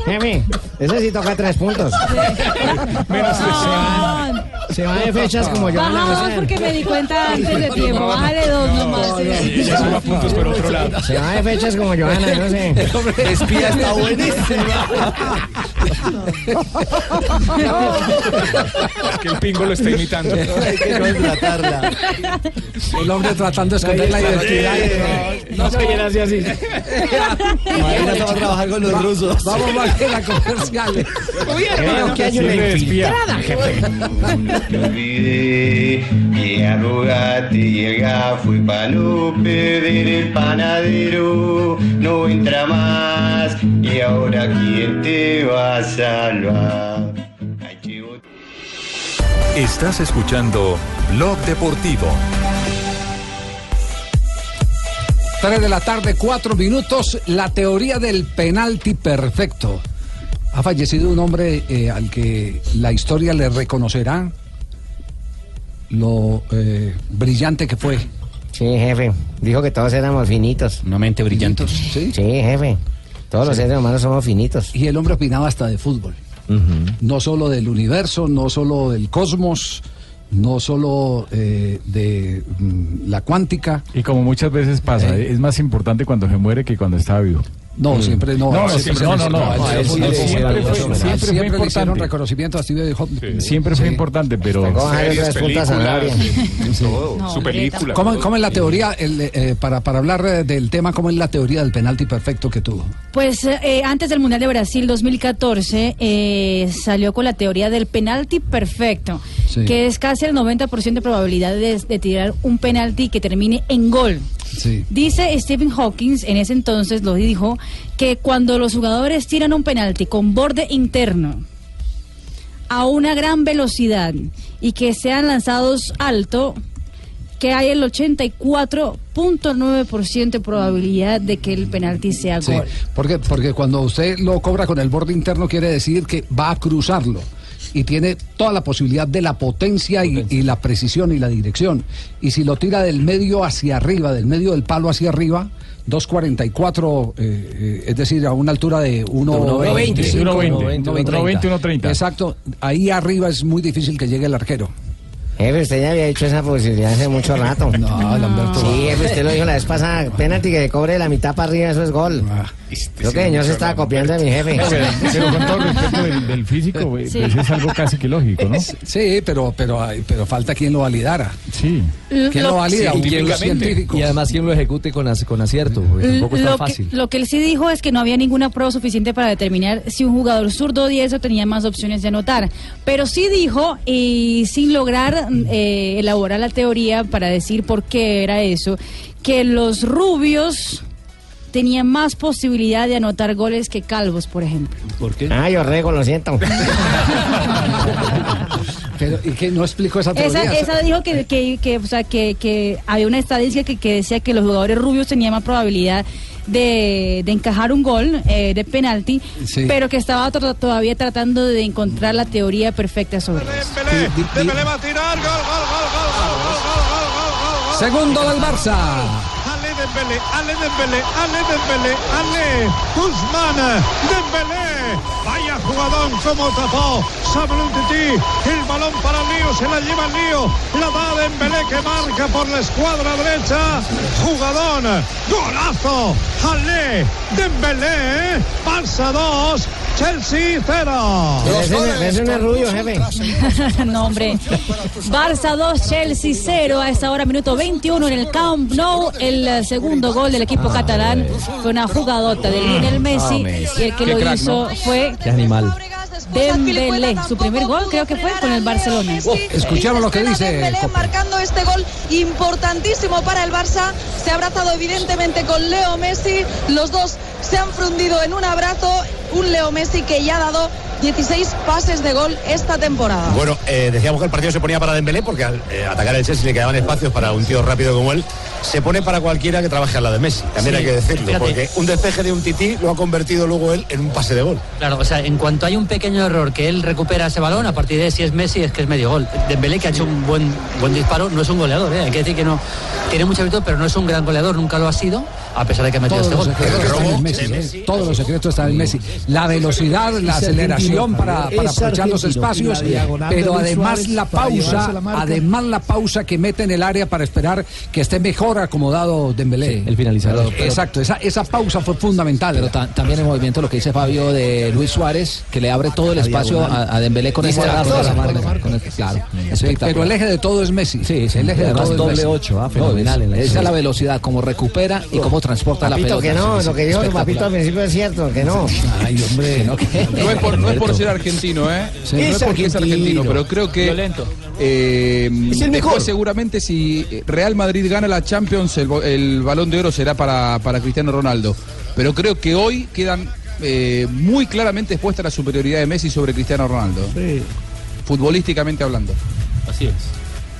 S5: Jimmy, ese sí toca tres puntos. Se va de fechas como yo.
S14: Baja dos porque me di cuenta antes de tiempo. Bájale dos nomás.
S5: Ella suma puntos por otro lado. Se va de fechas
S10: (laughs)
S5: como Johanna, no sé.
S12: Espía está buenísima.
S11: Es que el pingo
S9: (laughs)
S11: lo está imitando.
S9: El hombre tratando de esconder la identidad.
S10: No sé quién hace así.
S9: Imagínate, va a trabajar con los rusos. Vamos más que la comercial.
S26: Creo que hay una infiltrada, No te olvides que arrogaste y el fue para no perder el panadero. No entra más y ahora quién te va a salvar.
S3: Estás escuchando Blog Deportivo.
S9: 3 de la tarde, 4 minutos. La teoría del penalti perfecto. Ha fallecido un hombre eh, al que la historia le reconocerá lo eh, brillante que fue
S10: Sí, jefe. Dijo que todos éramos finitos.
S6: Una mente brillante.
S10: Sí, jefe. Todos los
S9: Sí.
S10: seres humanos somos finitos.
S9: Y el hombre opinaba hasta de fútbol. No solo del universo, no solo del cosmos, no solo eh, de mm, la cuántica.
S8: Y como muchas veces pasa, es más importante cuando se muere que cuando está vivo.
S9: Eh. No, siempre Mm. no.
S8: Mm. No, siempre, no, no, no.
S9: no,
S8: Él
S9: él
S8: sí-
S9: fue-
S8: él
S9: él
S8: Siempre fue,
S9: fue-
S8: siempre fue
S9: siempre le hicieron
S8: importante.
S9: reconocimiento a Steve Hopkins.
S8: Siempre fue importante, pero.
S9: Hasta cojan
S8: Series,
S9: esas puntas
S8: películas,
S9: zanahorias.
S8: todo,
S9: No,
S8: su película.
S9: ¿Cómo, cómo es la teoría, el, eh, para, para hablar eh, del tema, cómo es la teoría del penalti perfecto que tuvo?
S14: Pues eh, antes del Mundial de Brasil 2014 eh, salió con la teoría del penalti perfecto,
S9: Sí.
S14: que es casi el 90% de probabilidad de, de tirar un penalti que termine en gol.
S9: Sí.
S14: Dice Stephen Hawking, en ese entonces lo dijo, que cuando los jugadores tiran un penalti con borde interno a una gran velocidad y que sean lanzados alto, que hay el 84.9% de probabilidad de que el penalti sea
S9: Sí,
S14: gol.
S9: porque, porque cuando usted lo cobra con el borde interno quiere decir que va a cruzarlo y tiene toda la posibilidad de la potencia y, y la precisión y la dirección. Y si lo tira del medio hacia arriba, del medio del palo hacia arriba, 2.44, eh, eh, es decir, a una altura de 1.20.
S8: 1.20, 1.20, 1.30.
S9: Exacto, ahí arriba es muy difícil que llegue el arquero.
S10: Jefe, Eh, usted ya había dicho esa posibilidad hace mucho rato. No,
S9: Lamberto.
S10: Sí, jefe, usted lo dijo la vez pasada. Penalti que cobre la mitad para arriba, eso es gol. Creo que el señor se estaba copiando de mi jefe.
S8: Pero, pero con todo respeto del, del físico, güey,
S14: Sí.
S8: pues es algo casi que lógico, ¿no?
S9: Sí, pero, pero, hay- pero falta quien lo validara.
S8: Sí.
S9: ¿Quién lo valida? Un científico.
S23: Y además, quien lo ejecute con, ac- con acierto. porque tampoco es
S14: Lo
S23: tan
S14: que,
S23: fácil.
S14: lo que él sí dijo es que no había ninguna prueba suficiente para determinar si un jugador zurdo diestro tenía más opciones de anotar. Pero sí dijo, y sin lograr eh, elaborar la teoría para decir por qué era eso, que los rubios tenían más posibilidad de anotar goles que calvos, por ejemplo.
S10: ¿Por qué? Ah, yo rego, lo siento.
S9: (laughs) Pero, ¿Y que no explicó esa teoría?
S14: Esa, esa dijo que, que, que, o sea, que, que había una estadística que, que decía que los jugadores rubios tenían más probabilidad de, de encajar un gol eh, de penalti,
S9: Sí.
S14: pero que estaba to- todavía tratando de encontrar la teoría perfecta sobre eso. (laughs)
S5: Dembélé va a tirar, gol, gol, gol, gol, gol, gol, gol, gol, gol, gol, gol.
S9: Segundo del Barça.
S5: Ale Dembélé, Ale Dembélé, Ale Dembélé, Ale Guzmán Dembélé. Vaya jugadón como tapó Samuel Tití. El balón para Lío, se la lleva Lío. La da Dembélé que marca por la escuadra derecha. Jugadón, golazo. Ale Dembélé, Barça 2, Chelsea 0.
S10: Pero ese no- ese no es rubio, jefe.
S14: no, hombre. Barça 2, Chelsea 0 a esta hora, minuto 21 en el Camp Nou. El eh, segundo gol del equipo catalán fue una jugadota de Lionel
S23: Ah,
S14: Messi
S23: Messi.
S14: y el que
S23: Qué
S14: lo
S23: crack,
S14: hizo
S23: ¿no?
S14: fue
S23: Qué animal.
S14: Dembélé. Su primer gol creo que fue con el Barcelona.
S9: Escuchemos Oh, lo que dice.
S19: Dembélé marcando este gol importantísimo para el Barça. Se ha abrazado evidentemente con Leo Messi. Los dos se han fundido en un abrazo. Un Leo Messi que ya ha dado 16 pases de gol esta temporada.
S28: Bueno, eh, decíamos que el partido se ponía para Dembélé porque al eh, atacar el Chelsea le quedaban espacios para un tío rápido como él. Se pone para cualquiera que trabaje al lado de Messi, también
S18: Sí,
S28: hay que decirlo,
S18: fíjate.
S28: porque un despeje de un tití lo ha convertido luego él en un pase de gol.
S18: Claro, o sea, en cuanto hay un pequeño error que él recupera ese balón, a partir de si es Messi es que es medio gol. Dembélé que ha hecho un buen buen disparo, no es un goleador, ¿eh? hay que decir que no tiene mucha virtud, pero no es un gran goleador, nunca lo ha sido, a pesar de que ha metido
S9: Todos
S18: este
S9: los
S18: gol.
S9: secretos están en Messi. ¿eh? Todos los secretos están en Messi. La velocidad, la
S28: Es
S9: aceleración
S28: argentino,
S9: para,
S28: Javier.
S9: para
S28: Es
S9: aprovechar los
S28: argentino.
S9: espacios,
S28: La diagonal de
S9: pero
S28: Luis
S9: además
S28: Suárez
S9: la
S28: para
S9: pausa,
S28: llevarse la marca.
S9: además la pausa que mete en el área para esperar que esté mejor acomodado Dembélé. el
S17: finalizador. Pero- pero-
S9: Exacto, esa, esa pausa fue fundamental.
S17: Pero ta- también el movimiento, lo que dice Fabio de Luis Suárez, que le abre todo el espacio a, a Dembélé con ese
S9: Exacto.
S17: brazo de la marca. Con este- claro,
S9: Sí,
S17: espectacular.
S9: pero el eje de todo es Messi. Sí, el eje de
S17: Además,
S9: todo
S17: doble
S9: es Messi.
S17: ocho, ah,
S9: No,
S17: fenomenal en la
S9: esa es
S17: acción.
S9: la velocidad, como recupera
S17: y cómo transporta la
S10: Papito,
S17: pelota.
S10: que no, lo que dijo el papito al principio es cierto, que no.
S9: Ay, hombre.
S17: no,
S12: No es por, no es por ser argentino, ¿eh?
S10: Sí.
S12: no es,
S10: Es
S12: porque es argentino,
S10: argentino,
S12: pero creo que.
S10: violento.
S12: eh,
S10: Es
S12: después
S10: el mejor.
S12: seguramente si Real Madrid gana la Champions, el, bo- el balón de oro será para, para Cristiano Ronaldo. Pero creo que hoy quedan eh, muy claramente expuesta la superioridad de Messi sobre Cristiano Ronaldo. Futbolísticamente hablando. Así es.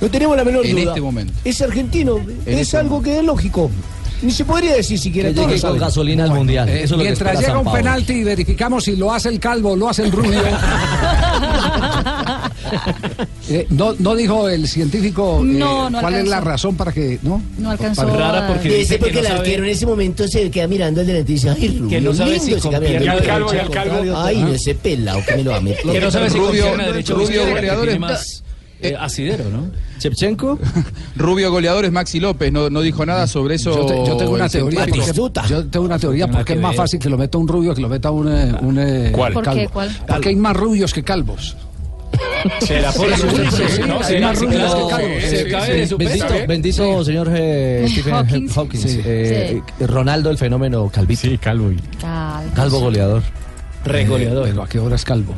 S13: No tenemos la menor
S12: En
S13: duda.
S12: este momento.
S13: Es argentino, es
S12: este
S13: algo que es lógico. Ni se podría decir siquiera.
S9: Que
S13: todos
S9: llegue
S13: lo
S9: con
S13: saben.
S9: gasolina al
S13: Bueno,
S9: Mundial.
S13: eh,
S9: Eso es lo que Mientras espera llega San un Paolo. penalti y verificamos si lo hace el calvo o lo hace el rubio. Eh, no, no dijo el científico eh,
S14: No, no
S9: cuál es la
S14: alcanzó.
S9: razón para que. No,
S14: No alcanzó
S9: Para-
S14: Rara porque
S13: Dice,
S14: dice que
S13: porque
S14: no
S13: el
S14: sabe-
S13: arquero en Ah, ese momento se queda mirando al delante y dice, ay, Rubio,
S24: Que no sabe
S13: lindo
S24: si
S13: ese
S24: con
S13: campeón".
S24: pierna Y al calvo, y al calvo.
S13: Ay,
S18: Ah.
S13: no, ese pelado que me lo va a meter.
S24: Que no sabe si con pierna derecha o
S12: Rubio
S24: izquierda, que
S12: goleador
S24: tiene
S12: está-
S24: más eh, asidero, ¿no?
S12: ¿Chepchenko? (laughs) Rubio goleador es Maxi López, no, no dijo nada sobre eso.
S9: Yo, te- yo tengo una
S12: el
S9: teoría.
S12: científico.
S9: Porque, yo tengo una teoría
S12: Nada
S9: porque es
S12: que
S9: más
S12: ver.
S9: fácil que lo meta un rubio que lo meta un, eh, un eh,
S12: ¿Cuál? ¿Por
S9: calvo.
S12: qué? ¿Cuál?
S9: Porque hay más rubios que calvos.
S24: Será por eso.
S9: Sí,
S24: No,
S9: hay
S24: será-
S9: más rubios
S24: claro,
S9: que calvos.
S24: se
S9: Sí,
S24: cae
S9: sí.
S24: de su peso.
S23: Bendito,
S24: Está bien.
S23: bendito señor eh, Stephen Hopkins.
S24: Sí.
S23: eh, Ronaldo, el fenómeno calvito. Sí, calvo. Calvo goleador.
S9: Re goleador. Eh, Pero a qué hora es calvo.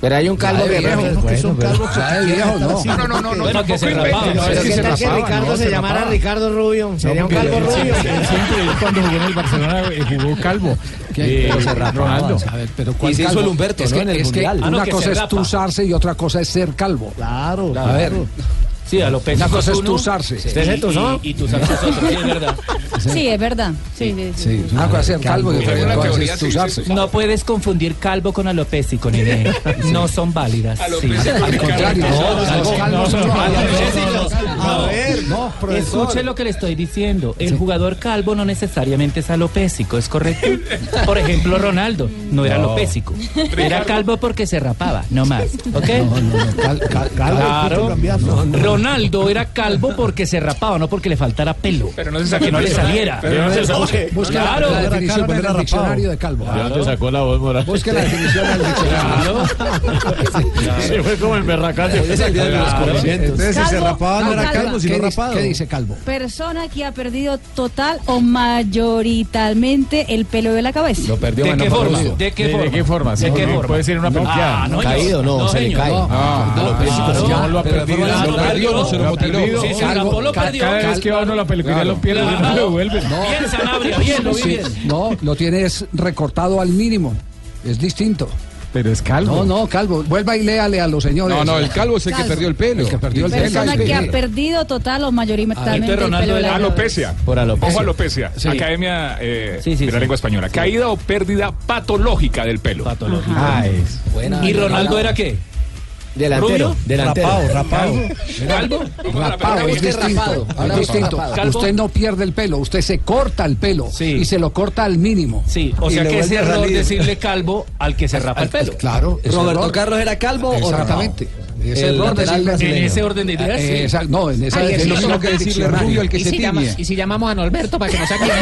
S10: Pero hay un calvo
S9: Ya de
S10: que
S9: viejo,
S10: prefiere-
S9: porque son
S10: Bueno,
S9: calvos
S10: pero-
S9: que- Ya de viejo, no.
S10: No, no, no, no,
S9: Bueno,
S10: no,
S9: que se
S10: tampoco
S9: rapaban,
S10: inventen.
S9: no,
S10: Pero
S9: es que
S10: ¿qué
S9: se
S10: tal que
S9: rapaban,
S10: Ricardo
S9: no,
S10: se
S9: se
S10: llamara
S9: rapaban.
S10: Ricardo Rubio? Sería un calvo rubio.
S8: Siempre él cuando jugó en el Barcelona eh, jugó calvo.
S9: ¿Qué?
S8: Eh,
S9: Pero se rapaba,
S8: Ronaldo.
S9: a ver, pero ¿cuál calvo? es que, es que una cosa es tusarse y otra cosa es ser calvo. Claro, A ver.
S23: claro.
S24: Sí, a los
S9: Una cosa es
S24: uno.
S9: tusarse.
S24: Sí. Y- Y, y tusarse es otro, sí, es verdad.
S14: Sí, es verdad. Sí, sí, sí.
S9: Sí, una cosa es ser calvo y otra
S7: Alguna
S9: cosa
S7: teoría
S9: es
S7: sí,
S9: tusarse.
S7: No puedes confundir calvo con alopecia, con INE. No son válidas.
S9: Alopecia con Al contrario, calvo. no, los
S7: Calvo-
S9: calvos son
S7: no, no,
S9: válidos.
S7: no, no,
S9: A
S7: no.
S9: ver, no, profesor.
S7: Escuche lo que le estoy diciendo. El jugador calvo no necesariamente es alopésico, ¿es (laughs) correcto? Por ejemplo, Ronaldo no era
S9: No.
S7: alopésico. Era calvo porque se rapaba, no más. ¿Ok? Claro. Ronaldo era calvo porque se rapaba, no porque le faltara pelo.
S11: Pero no se
S7: que
S11: saque
S7: no le
S11: pecho.
S7: saliera.
S24: Pero no se saque.
S9: Busca la-
S7: Claro.
S9: la definición,
S24: Calvo
S9: poner
S24: era
S9: el
S24: rapado.
S9: diccionario de calvo.
S24: ¿De dónde Ah, sacó la voz moral?
S9: Busca la
S10: (laughs)
S9: definición del diccionario.
S24: Se fue como el berracán de
S9: Hoy es el día de los descubrimientos. Entonces, si se rapaba, no era calvo, sino rapado. ¿Qué dice calvo?
S14: Persona que ha perdido total o mayoritariamente el pelo de la cabeza.
S8: Lo perdió
S24: ¿De
S8: Manu
S24: qué
S8: Pablo.
S24: forma? ¿De qué forma?
S8: ¿De qué forma? Sí,
S24: ¿De qué
S8: no,
S24: forma?
S8: Puede ser una
S24: No,
S8: pelea.
S24: ah, no, Caído, no, no, se le señor. cae.
S8: Ah,
S24: No,
S8: no,
S24: pero sí, pero
S8: ya
S24: ya,
S8: lo ha
S24: pero
S8: perdido.
S24: de forma
S8: Lo
S24: natural,
S8: perdió,
S24: no,
S8: no se
S24: lo
S8: lo
S24: perdió.
S8: motiló.
S24: Sí, se rapó, lo
S8: ca-
S24: perdió.
S8: Cada vez que va uno a la peluquería lo pierde y no lo devuelve.
S9: No.
S24: Bien, Sanabria, bien, lo vi
S9: Sí,
S24: bien.
S9: No, lo tienes recortado al mínimo. Es distinto.
S8: Pero es calvo.
S9: No, no, calvo. Vuelva y léale a los señores.
S8: No, no, el calvo es el que
S9: Calvo.
S8: perdió el pelo.
S9: El que perdió el
S14: Persona
S9: pelo.
S14: que ha perdido total o
S11: Este
S14: mayoritariamente el pelo de la cabeza.
S11: Alopecia.
S24: Por alopecia.
S11: Ojo alopecia.
S24: Sí.
S11: Academia eh,
S24: Sí, sí,
S11: de la
S24: sí.
S11: lengua española. Caída o pérdida patológica del pelo.
S24: Patológica.
S11: Ah, es.
S24: ¿Y Ronaldo era qué?
S10: Delantero,
S24: ¿Rubio?
S10: delantero.
S24: ¿Calvo?
S9: Rapado, es distinto. Ahora
S24: Rapado.
S9: distinto.
S24: Calvo.
S9: Usted no pierde el pelo, usted se corta el pelo y se lo corta al mínimo.
S7: Sí, O sea que es error decirle calvo al que se rapa el pelo.
S9: Claro. es
S7: Roberto
S9: error.
S7: Carlos era calvo o
S9: Exactamente.
S7: rapado?
S9: Es
S7: El
S9: error
S7: lateral
S9: decirle-
S7: brasileño. En ese orden de ideas, sí.
S9: Eh, exacto, No, en esa
S7: Ay,
S9: es lo
S7: sí,
S9: mismo que
S7: sí,
S9: decirle
S7: sí,
S9: rubio al que
S7: y
S9: se
S7: si llama-
S9: tiñe.
S7: y si llamamos a Norberto para que nos saque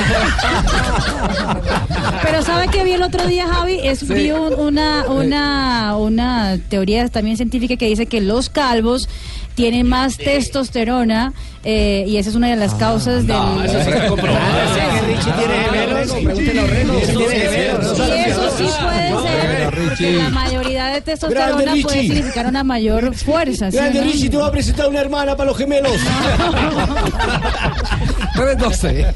S14: Pero ¿sabe qué vi el otro día,
S9: (laughs)
S14: Javi? Es, Vi un- una, una, una teoría también científica que dice que los calvos tienen más testosterona eh, y esa es una de las causas del...
S9: Ah,
S14: Y eso sí puede ser, porque la mayoría de testosterona
S13: Grande
S14: puede
S13: Richie.
S14: significar una mayor fuerza. ¿sí o
S13: Grande
S14: no?
S13: Richie, te voy a presentar una hermana para los
S9: (laughs)
S13: gemelos.
S9: 3-12.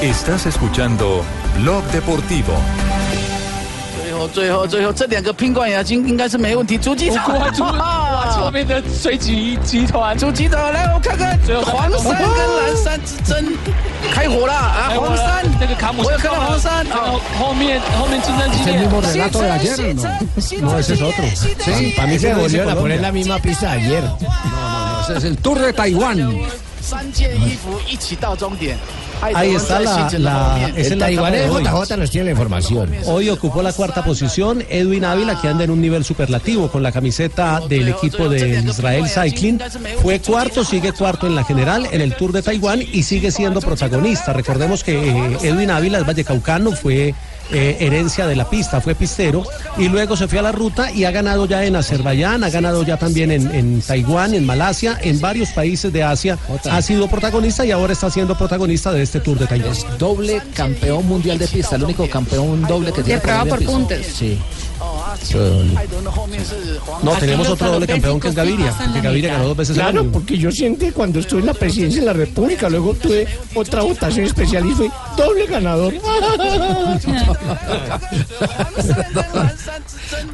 S3: Estás escuchando Blog Deportivo.
S2: 最后，最后，最后，这两个拼冠亚军应该是没问题。朱基超，
S7: 哇
S2: (laughs)
S7: 朱哇后面
S2: 的水集集团，朱基超，啊来我看看，黄山跟蓝山之争开火了啊！黄山那个卡姆，我要看到黄山啊，后面后面竞争
S9: 激烈
S2: 西车，西车，西车，
S10: Sí, para mí se volvieron a poner la misma pista de ayer.
S9: Ese es el Tour de Taiwán.
S2: 三件衣服一起到终点。爱德华
S13: Ahí está
S2: 在西
S13: la.
S2: 车的后
S13: la
S2: 面
S13: es
S2: El
S13: el taiwanés
S2: Taiwanés
S13: JJ nos tiene la información.
S23: Hoy ocupó la cuarta posición Edwin Ávila, que anda en un nivel superlativo con la camiseta del equipo de Israel Cycling. Fue cuarto, sigue cuarto en la general en el Tour de Taiwán y sigue siendo protagonista. Recordemos que eh, Edwin Ávila es vallecaucano, fue eh, herencia de la pista, fue pistero y luego se fue a la ruta y ha ganado ya en Azerbaiyán, ha ganado ya también en, en Taiwán, en Malasia, en varios países de Asia. Ha sido protagonista y ahora está siendo protagonista de este Tour de Taiwán.
S17: Doble campeón mundial de pista, el único campeón doble que tiene.
S2: De prueba
S17: Colombia en
S2: por
S17: pista.
S2: puntos.
S17: Sí.
S2: 艾德的后面是黄。
S23: No, tenemos otro doble campeón que es Gaviria, que Gaviria ganó dos veces el
S13: Claro,
S23: Omnium.
S13: porque yo siempre cuando estuve en la presidencia de la República, luego tuve otra votación especial y fui doble ganador.
S9: (laughs)
S2: (laughs)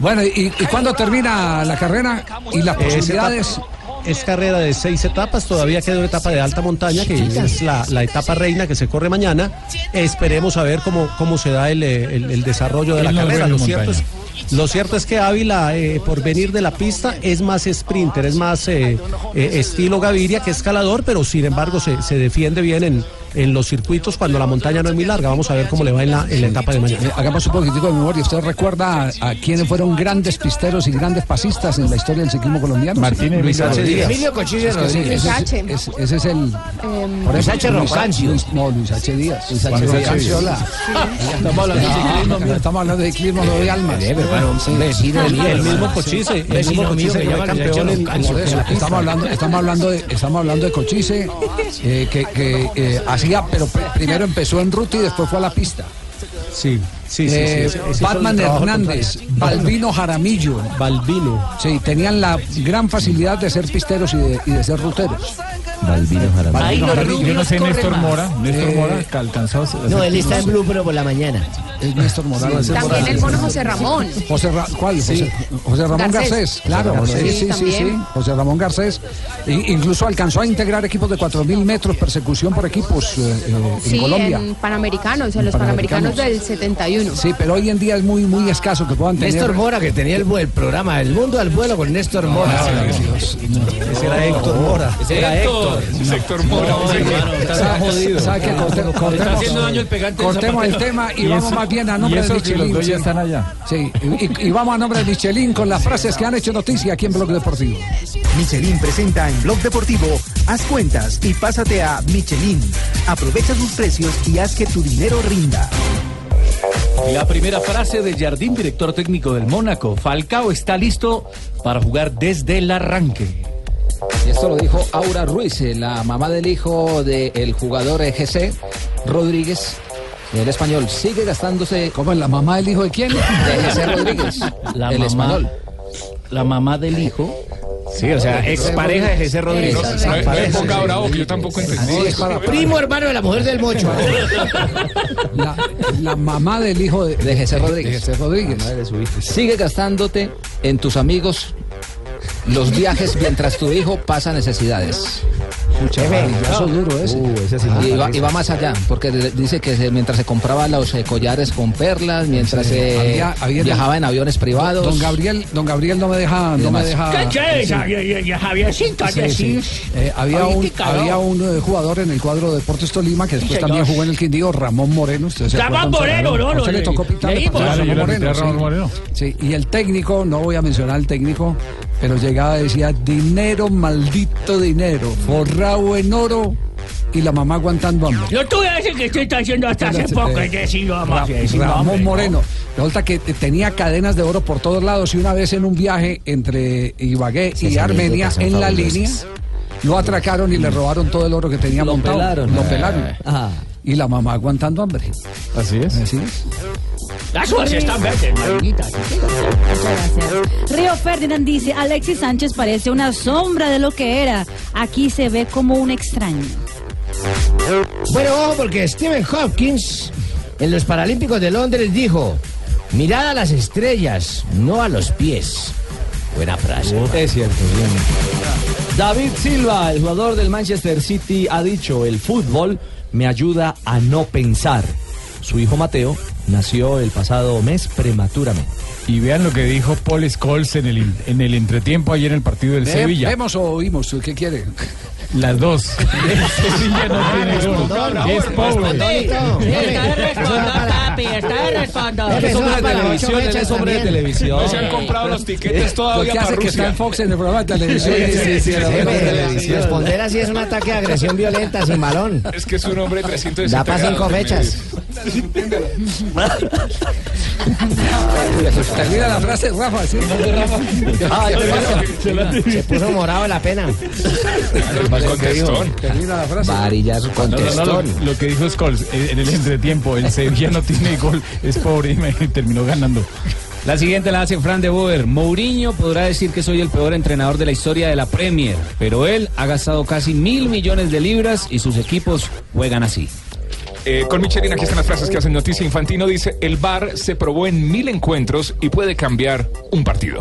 S9: Bueno, ¿y, y cuándo termina la carrera? ¿Y las
S23: Es etapa-
S9: posibilidades?
S23: Es Eh, etapa, es carrera de seis etapas, todavía queda una etapa de alta montaña, que es la, la etapa reina que se corre mañana. Esperemos a ver cómo, cómo se da el, eh, el- el desarrollo de
S8: Él
S23: la
S8: no
S23: carrera.
S8: duerme
S23: Lo
S8: en
S23: cierto es,
S8: montaña.
S23: lo cierto es que Ávila, eh, por venir de la pista, es más sprinter, es más eh, eh, estilo Gaviria que escalador, pero sin embargo se, se defiende bien en, en los circuitos cuando la montaña no es muy larga. Vamos a ver cómo le va en la, en la etapa de mañana.
S9: Eh, Hagamos un poquitico de memoria. ¿Usted recuerda a, a quiénes fueron grandes pisteros y grandes pasistas en la historia del ciclismo colombiano?
S8: Martínez
S9: Luis
S8: Emilio
S9: H.
S8: Rodríguez.
S9: Díaz.
S8: Emilio Cochise
S9: Es que ese-
S8: Rodríguez.
S9: Ese, es- ese es el. por eso,
S8: Roncancio.
S9: Luis- No, Luis H. Díaz.
S8: Luis H. Díaz.
S9: Roncanciola.
S8: Estamos hablando de ciclismo,
S9: No, Estamos hablando de ciclismo, no de almas.
S23: El mismo Cochise, el mismo Cochise fue campeón en- en
S9: Por eso,
S23: Surfing.
S9: estamos hablando, estamos hablando de, estamos hablando de Cochise, eh, que, que, eh, hacía, pero pr- primero empezó en ruta y después fue a la pista.
S23: Sí, sí, sí, sí,
S9: Eh,
S23: ese- ese hizo
S9: Batman
S23: el trabajo
S9: Hernández,
S23: contrario.
S9: Balbino Jaramillo.
S23: Balbino.
S9: Sí, tenían la gran facilidad de ser pisteros y de, y de ser ruteros.
S24: Balbino Jaramillo.
S9: Ahí los rubios
S8: Yo no sé,
S9: corren
S8: Néstor
S9: más.
S8: Mora. Néstor
S9: Eh,
S8: Mora, que alcanzó. a-
S10: No, él está en Blue, pero por la mañana.
S9: Es Néstor Morales.
S8: Sí,
S1: También el mono José Ramón.
S9: José Ra- ¿Cuál? José, José Ramón
S1: Garcés.
S9: Garcés, claro.
S1: José Ramón
S9: sí, sí,
S1: Garcés.
S9: sí, sí.
S1: También.
S9: José Ramón Garcés. I- incluso alcanzó a integrar equipos de 4.000 metros, persecución por equipos eh, eh, en
S1: Sí,
S9: Colombia.
S1: en Panamericanos, en
S9: En
S1: los Panamericanos
S9: Panamericanos.
S1: del 71.
S9: Sí, pero hoy en día es muy, muy escaso que puedan tener.
S1: Néstor
S9: Mora, que tenía el, programa El Mundo al Vuelo con Néstor Mora.
S10: Ah,
S23: Ese era Héctor Mora. Ese era Héctor.
S11: Sector Mora.
S9: Está jodido. ¿Sabe qué? Corte- cortemos- Cortemos el tema y, vamos más bien a nombre de Michelin. sí.
S8: allá.
S9: Sí, y, y- y vamos a nombre de Michelin con las frases que han hecho noticia aquí en Blog Deportivo.
S22: Michelin presenta en Blog Deportivo, haz cuentas y pásate a Michelin. Aprovecha sus precios y haz que tu dinero rinda.
S7: La primera frase de Jardín, director técnico del Mónaco. Falcao está listo para jugar desde el arranque.
S17: Y esto lo dijo Aura Ruiz, eh, la mamá del hijo del jugador eh, GC Rodríguez. El español sigue gastándose.
S9: ¿Cómo es la mamá del hijo de quién? De
S17: GC Rodríguez.
S7: La
S17: el
S7: mamá-
S17: español.
S7: La mamá del hijo.
S17: Sí, o sea,
S7: expareja de Jesse Rodríguez.
S11: No, no, no me ponga bravo, que yo tampoco entendí.
S10: Primo hermano de la mujer del mocho.
S9: La mamá del hijo de,
S17: de Jesse Rodríguez.
S9: de Jesse Rodríguez.
S17: Sigue gastándote en tus amigos los viajes mientras tu hijo pasa necesidades.
S9: Eso es duro ese. Ah,
S17: Y va, y va más allá, porque de- dice que se- mientras se compraba los eh, collares con perlas, mientras
S9: Sí,
S17: eh,
S9: había- había-
S17: viajaba en aviones privados.
S9: Don Gabriel, don Gabriel no me deja, no me deja. sí.
S2: Javiercito,
S9: Sí, sí. Eh, había, un,
S2: Ahorita, ¿no?
S9: había un eh, jugador en el cuadro de Deportes Tolima que después
S2: señor.
S9: también jugó en el Quindío, Ramón Moreno. ¿Ustedes se
S2: Ramón
S9: acuerdan?
S2: Moreno, no,
S9: ¿A
S2: no,
S9: usted le
S2: le-
S9: tocó pitar
S2: leímos.
S9: partido a
S2: Claro, yo
S9: Ramón
S2: le pité a
S9: sí.
S2: Ramón Moreno.
S9: Sí, y el técnico, no voy a mencionar al técnico, pero llegaba y decía, dinero, maldito dinero, forrado en oro y la mamá aguantando hambre.
S2: Yo tuve ese que estoy haciendo hasta hace poco, es decir, vamos a decir,
S9: Ramón
S2: hombre, ¿no?
S9: Moreno. Resulta que te- tenía cadenas de oro por todos lados y una vez en un viaje entre Ibagué
S23: Esas
S9: y Armenia
S23: anécdotas son
S9: en la
S23: fabulosas.
S9: línea lo atracaron y le robaron todo el oro que tenía
S23: Lo
S9: montado.
S23: pelaron.
S9: Lo pelaron.
S23: Ah.
S9: Y la mamá aguantando hambre.
S8: Así es.
S9: Así es.
S2: Las uvas están verdes, marinita.
S14: Río Ferdinand dice, Alexis Sánchez parece una sombra de lo que era. Aquí se ve como un extraño.
S10: Bueno, ojo, porque Stephen Hopkins en los Paralímpicos de Londres dijo: Mirad a las estrellas, no a los pies. Buena frase.
S15: Es cierto, bien. David Silva, el jugador del Manchester City, ha dicho, el fútbol me ayuda a no pensar. Su hijo Mateo nació el pasado mes prematuramente.
S8: Y vean lo que dijo Paul Scholes en el, en el entretiempo ayer en el partido del
S9: Ve-
S8: Sevilla.
S9: ¿Vemos o oímos? ¿Qué quiere?
S8: Las dos.
S2: Es pobre.
S15: Es hombre de televisión, él es hombre de televisión.
S11: No se han comprado los tiquetes todavía
S9: Lo que
S11: para
S9: hace que está
S11: Rusia.
S9: en Fox en el programa de televisión.
S11: Sí, sí, sí, era bueno.
S10: Responder así es un ataque de agresión violenta, sin balón.
S11: Es que es un hombre de 360
S10: Da para cinco
S11: grados,
S10: fechas.
S9: Termina la frase, Rafa. ¿sí?
S11: (laughs)
S10: Ah, ya me- Se puso morado la pena. Pues,
S8: Contestón.
S9: Termina la frase.
S8: Varillas
S9: contestó.
S8: lo, lo que dijo Scholes eh, en el entretiempo, el Sevilla no tiene gol, es pobre y me (laughs) terminó ganando.
S6: (laughs) La siguiente la hace Fran de Boer. Mourinho podrá decir que soy el peor entrenador de la historia de la Premier, pero él ha gastado casi mil millones de libras y sus equipos juegan así.
S11: Eh, con Michelin, aquí están las frases que hacen noticia. Infantino dice: el VAR se probó en mil encuentros y puede cambiar un partido.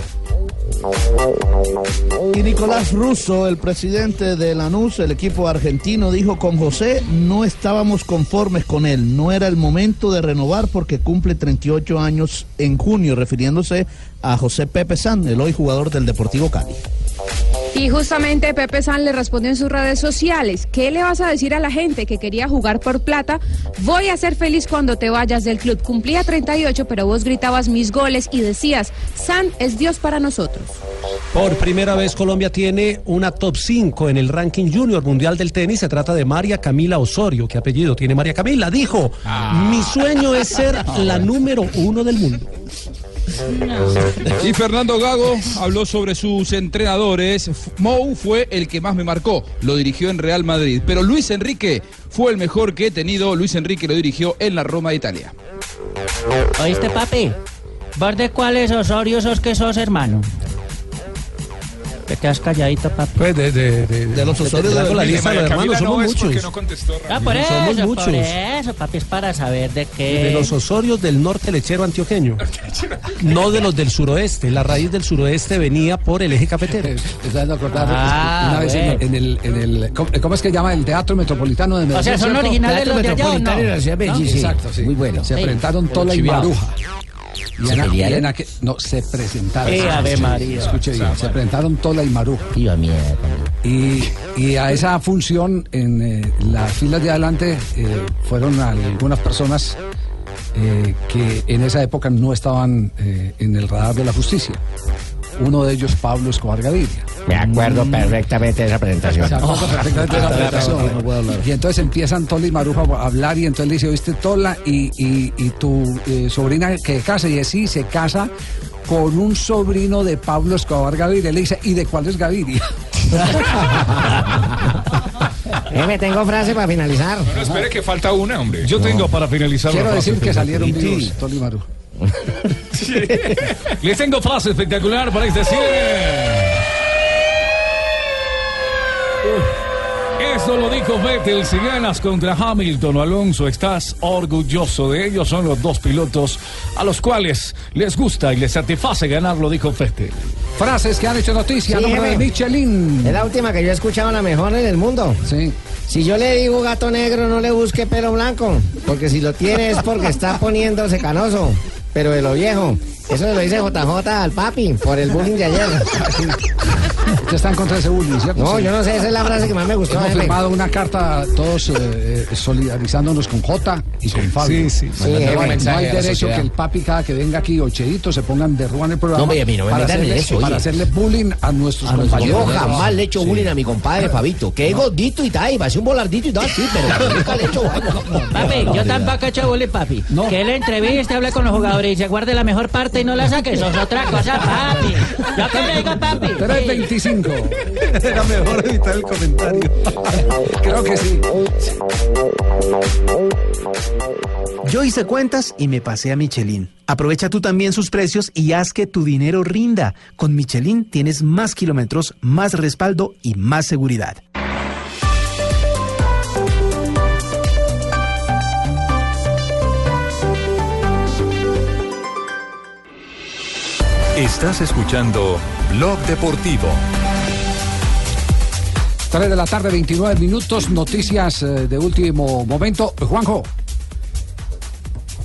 S29: Y Nicolás Russo, el presidente de Lanús, el equipo argentino, dijo con José no estábamos conformes con él, no era el momento de renovar porque cumple 38 años en junio, refiriéndose a José Pepe San, el hoy jugador del Deportivo Cali.
S30: Y justamente Pepe San le respondió en sus redes sociales, ¿qué le vas a decir a la gente que quería jugar por plata? Voy a ser feliz cuando te vayas del club. Cumplía 38, pero vos gritabas mis goles y decías, San es Dios para nosotros.
S23: Por primera vez Colombia tiene una top 5 en el ranking junior mundial del tenis. Se trata de María Camila Osorio. ¿Qué apellido tiene María Camila? Dijo,
S9: Ah.
S23: mi sueño es
S9: (laughs)
S23: ser la número uno del mundo.
S12: Y Fernando Gago habló sobre sus entrenadores. Mou fue el que más me marcó, lo dirigió en Real Madrid. Pero Luis Enrique fue el mejor que he tenido. Luis Enrique lo dirigió en la Roma de Italia.
S7: ¿Oíste, Este papi? ¿Vos de cuáles Osorio sos que sos, hermano? Te quedas calladito, papi.
S23: Pues de, los
S7: Osorio
S23: de, la lista de los hermanos, somos muchos.
S7: Ah, por eso,
S23: Somos muchos.
S7: por eso, papi, es para saber de qué.
S23: De los Osorios del norte lechero
S9: (laughs)
S23: antioqueño. No de los del suroeste. La raíz del suroeste venía por el eje cafetero.
S9: Ah, Una vez en, en el, en el- ¿cómo- ¿Cómo es que llama? El Teatro Metropolitano de Medellín.
S7: sea, ¿son
S9: ¿cierto?
S7: originales los de allá o
S9: Metropolitano
S7: no?
S9: de la Ciudad de Medellín,
S7: ¿No?
S9: sí.
S7: Exacto,
S9: Muy bueno. Se
S7: Sí.
S9: presentaron Tola y
S7: Chivago.
S9: Maruja. Y
S7: ¿Se
S9: en a- y
S7: pelearon?
S9: en aquel- no, se presentaron.
S7: Eh, Ave
S9: Escuche,
S7: María.
S9: Escuche bien,
S7: O sea,
S9: se presentaron Tola y Maruja. Y, y a esa función, en eh, las filas de adelante, eh, fueron algunas personas eh, que en esa época no estaban eh, en el radar de la justicia. Uno de ellos, Pablo Escobar Gaviria.
S10: Me acuerdo perfectamente de esa presentación.
S9: Se acuerda
S10: (laughs)
S9: perfectamente de la presentación. Y entonces empiezan Tola y Maruja a hablar y entonces le dice, ¿viste Tola y, y- y tu eh, sobrina que casa? Y así se casa con un sobrino de Pablo Escobar Gaviria. Le dice, ¿y de cuál es Gaviria?
S10: me tengo frase para finalizar.
S11: No, espere que falta una, hombre.
S10: Yo tengo
S11: para finalizar
S9: Quiero decir que salieron vivos Tola y Maruja.
S8: Les tengo frase espectacular para este cierre. Eso lo dijo Vettel. Si ganas contra Hamilton o Alonso, estás orgulloso de ellos. Son los dos pilotos a los cuales les gusta y les satisface ganar, lo dijo Vettel.
S9: Frases que han hecho noticia.
S8: a nombre de
S9: Michelin.
S10: Es la última que yo he escuchado, la mejor en el mundo.
S9: Sí.
S10: Si yo le digo gato negro, no le busque pelo blanco. Porque si lo tiene es porque está poniéndose canoso. Pero de lo viejo. Eso se lo dice JJ al papi por el bullying de ayer.
S9: Usted está en contra de ese bullying, ¿cierto?
S10: No, yo no sé, esa es la frase que más me gustó,
S9: Hemos
S10: jefe.
S9: firmado una carta todos eh, eh, solidarizándonos con Jota y con Fabio.
S10: sí, sí. Sí,
S9: Mandando
S10: jefe.
S9: un mensaje no hay
S10: a la
S9: derecho
S10: sociedad.
S9: que el papi cada que venga aquí o Cheito se pongan de ruan el programa
S10: No, hombre, a mí no me
S9: para,
S10: metan en
S9: hacerle,
S10: eso, oye.
S9: para hacerle bullying a nuestros
S10: Ah, Yo
S9: compañeros.
S10: jamás le he hecho
S9: Sí.
S10: bullying a mi compadre Fabito. Que es gordito y tal, y va a ser un volardito y tal, sí,
S9: (laughs)
S10: pero nunca le he hecho
S7: Papi, yo tampoco he hecho bullying, papi. Que él entreviste, hable con los jugadores y se guarde la mejor parte y no la saque. Eso es otra cosa, papi. Yo que le digo, papi.
S9: 325.
S23: (laughs) Era mejor evitar el comentario.
S9: Creo que sí.
S2: Yo hice cuentas y me pasé a Michelin. Aprovecha tú también sus precios y haz que tu dinero rinda. Con Michelin tienes más kilómetros, más respaldo y más seguridad.
S3: Estás escuchando Blog Deportivo.
S9: 3 de la tarde, 29 minutos. Noticias eh, de último momento. Juanjo.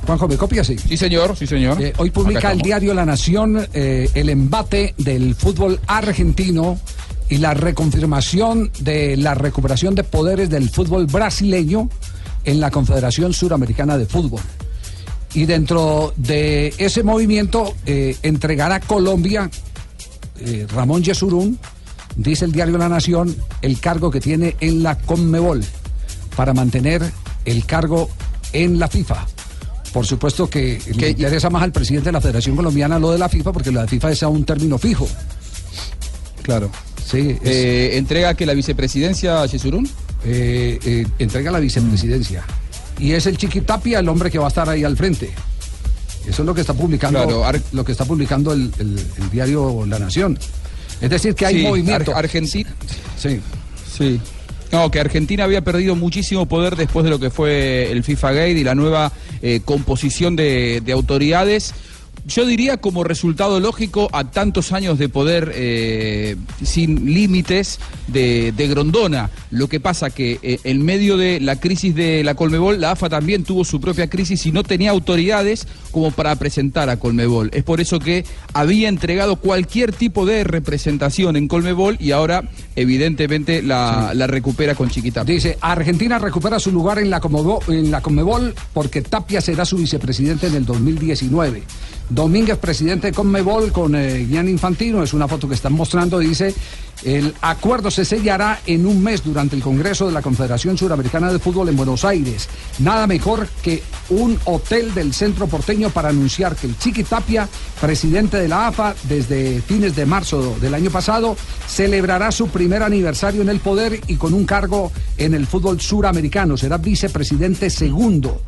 S9: Juanjo, ¿me copias? Sí.
S12: Sí, señor, sí, señor.
S9: Eh, hoy publica el diario La Nación eh, el embate del fútbol argentino y la reconfirmación de la recuperación de poderes del fútbol brasileño en la Confederación Suramericana de Fútbol. Y dentro de ese movimiento eh, entregará Colombia, eh, Ramón Yesurún, dice el diario La Nación, el cargo que tiene en la Conmebol para mantener el cargo en la FIFA. Por supuesto que le interesa más al presidente de la Federación Colombiana lo de la FIFA, porque la FIFA es a un término fijo. Claro. Sí, es-
S12: Eh, ¿Entrega que la vicepresidencia a Yesurún?
S9: eh, eh, entrega la vicepresidencia. Y es el Chiquitapia el hombre que va a estar ahí al frente. Eso es lo que está publicando,
S12: Claro, Ar-
S9: lo que está publicando el, el- el diario La Nación. Es decir, que hay
S12: Sí,
S9: movimiento.
S12: Ar- Argentina.
S9: Sí.
S12: Sí. No, que Argentina había perdido muchísimo poder después de lo que fue el FIFA Gate y la nueva eh, composición de, de autoridades. Yo diría como resultado lógico a tantos años de poder eh, sin límites de, de Grondona. Lo que pasa que eh, en medio de la crisis de la Colmebol, la AFA también tuvo su propia crisis y no tenía autoridades como para presentar a Colmebol. Es por eso que había entregado cualquier tipo de representación en Colmebol y ahora evidentemente la, la recupera con Chiquitapa.
S9: Dice, Argentina recupera su lugar en la, Comobo- en la Conmebol porque Tapia será su vicepresidente en el 2019. Domínguez, presidente de Conmebol con eh, Gian Infantino, es una foto que están mostrando, dice, el acuerdo se sellará en un mes durante el Congreso de la Confederación Suramericana de Fútbol en Buenos Aires. Nada mejor que un hotel del centro porteño para anunciar que el Chiqui Tapia, presidente de la AFA desde fines de marzo del año pasado, celebrará su primer aniversario en el poder y con un cargo en el fútbol suramericano. Será vicepresidente segundo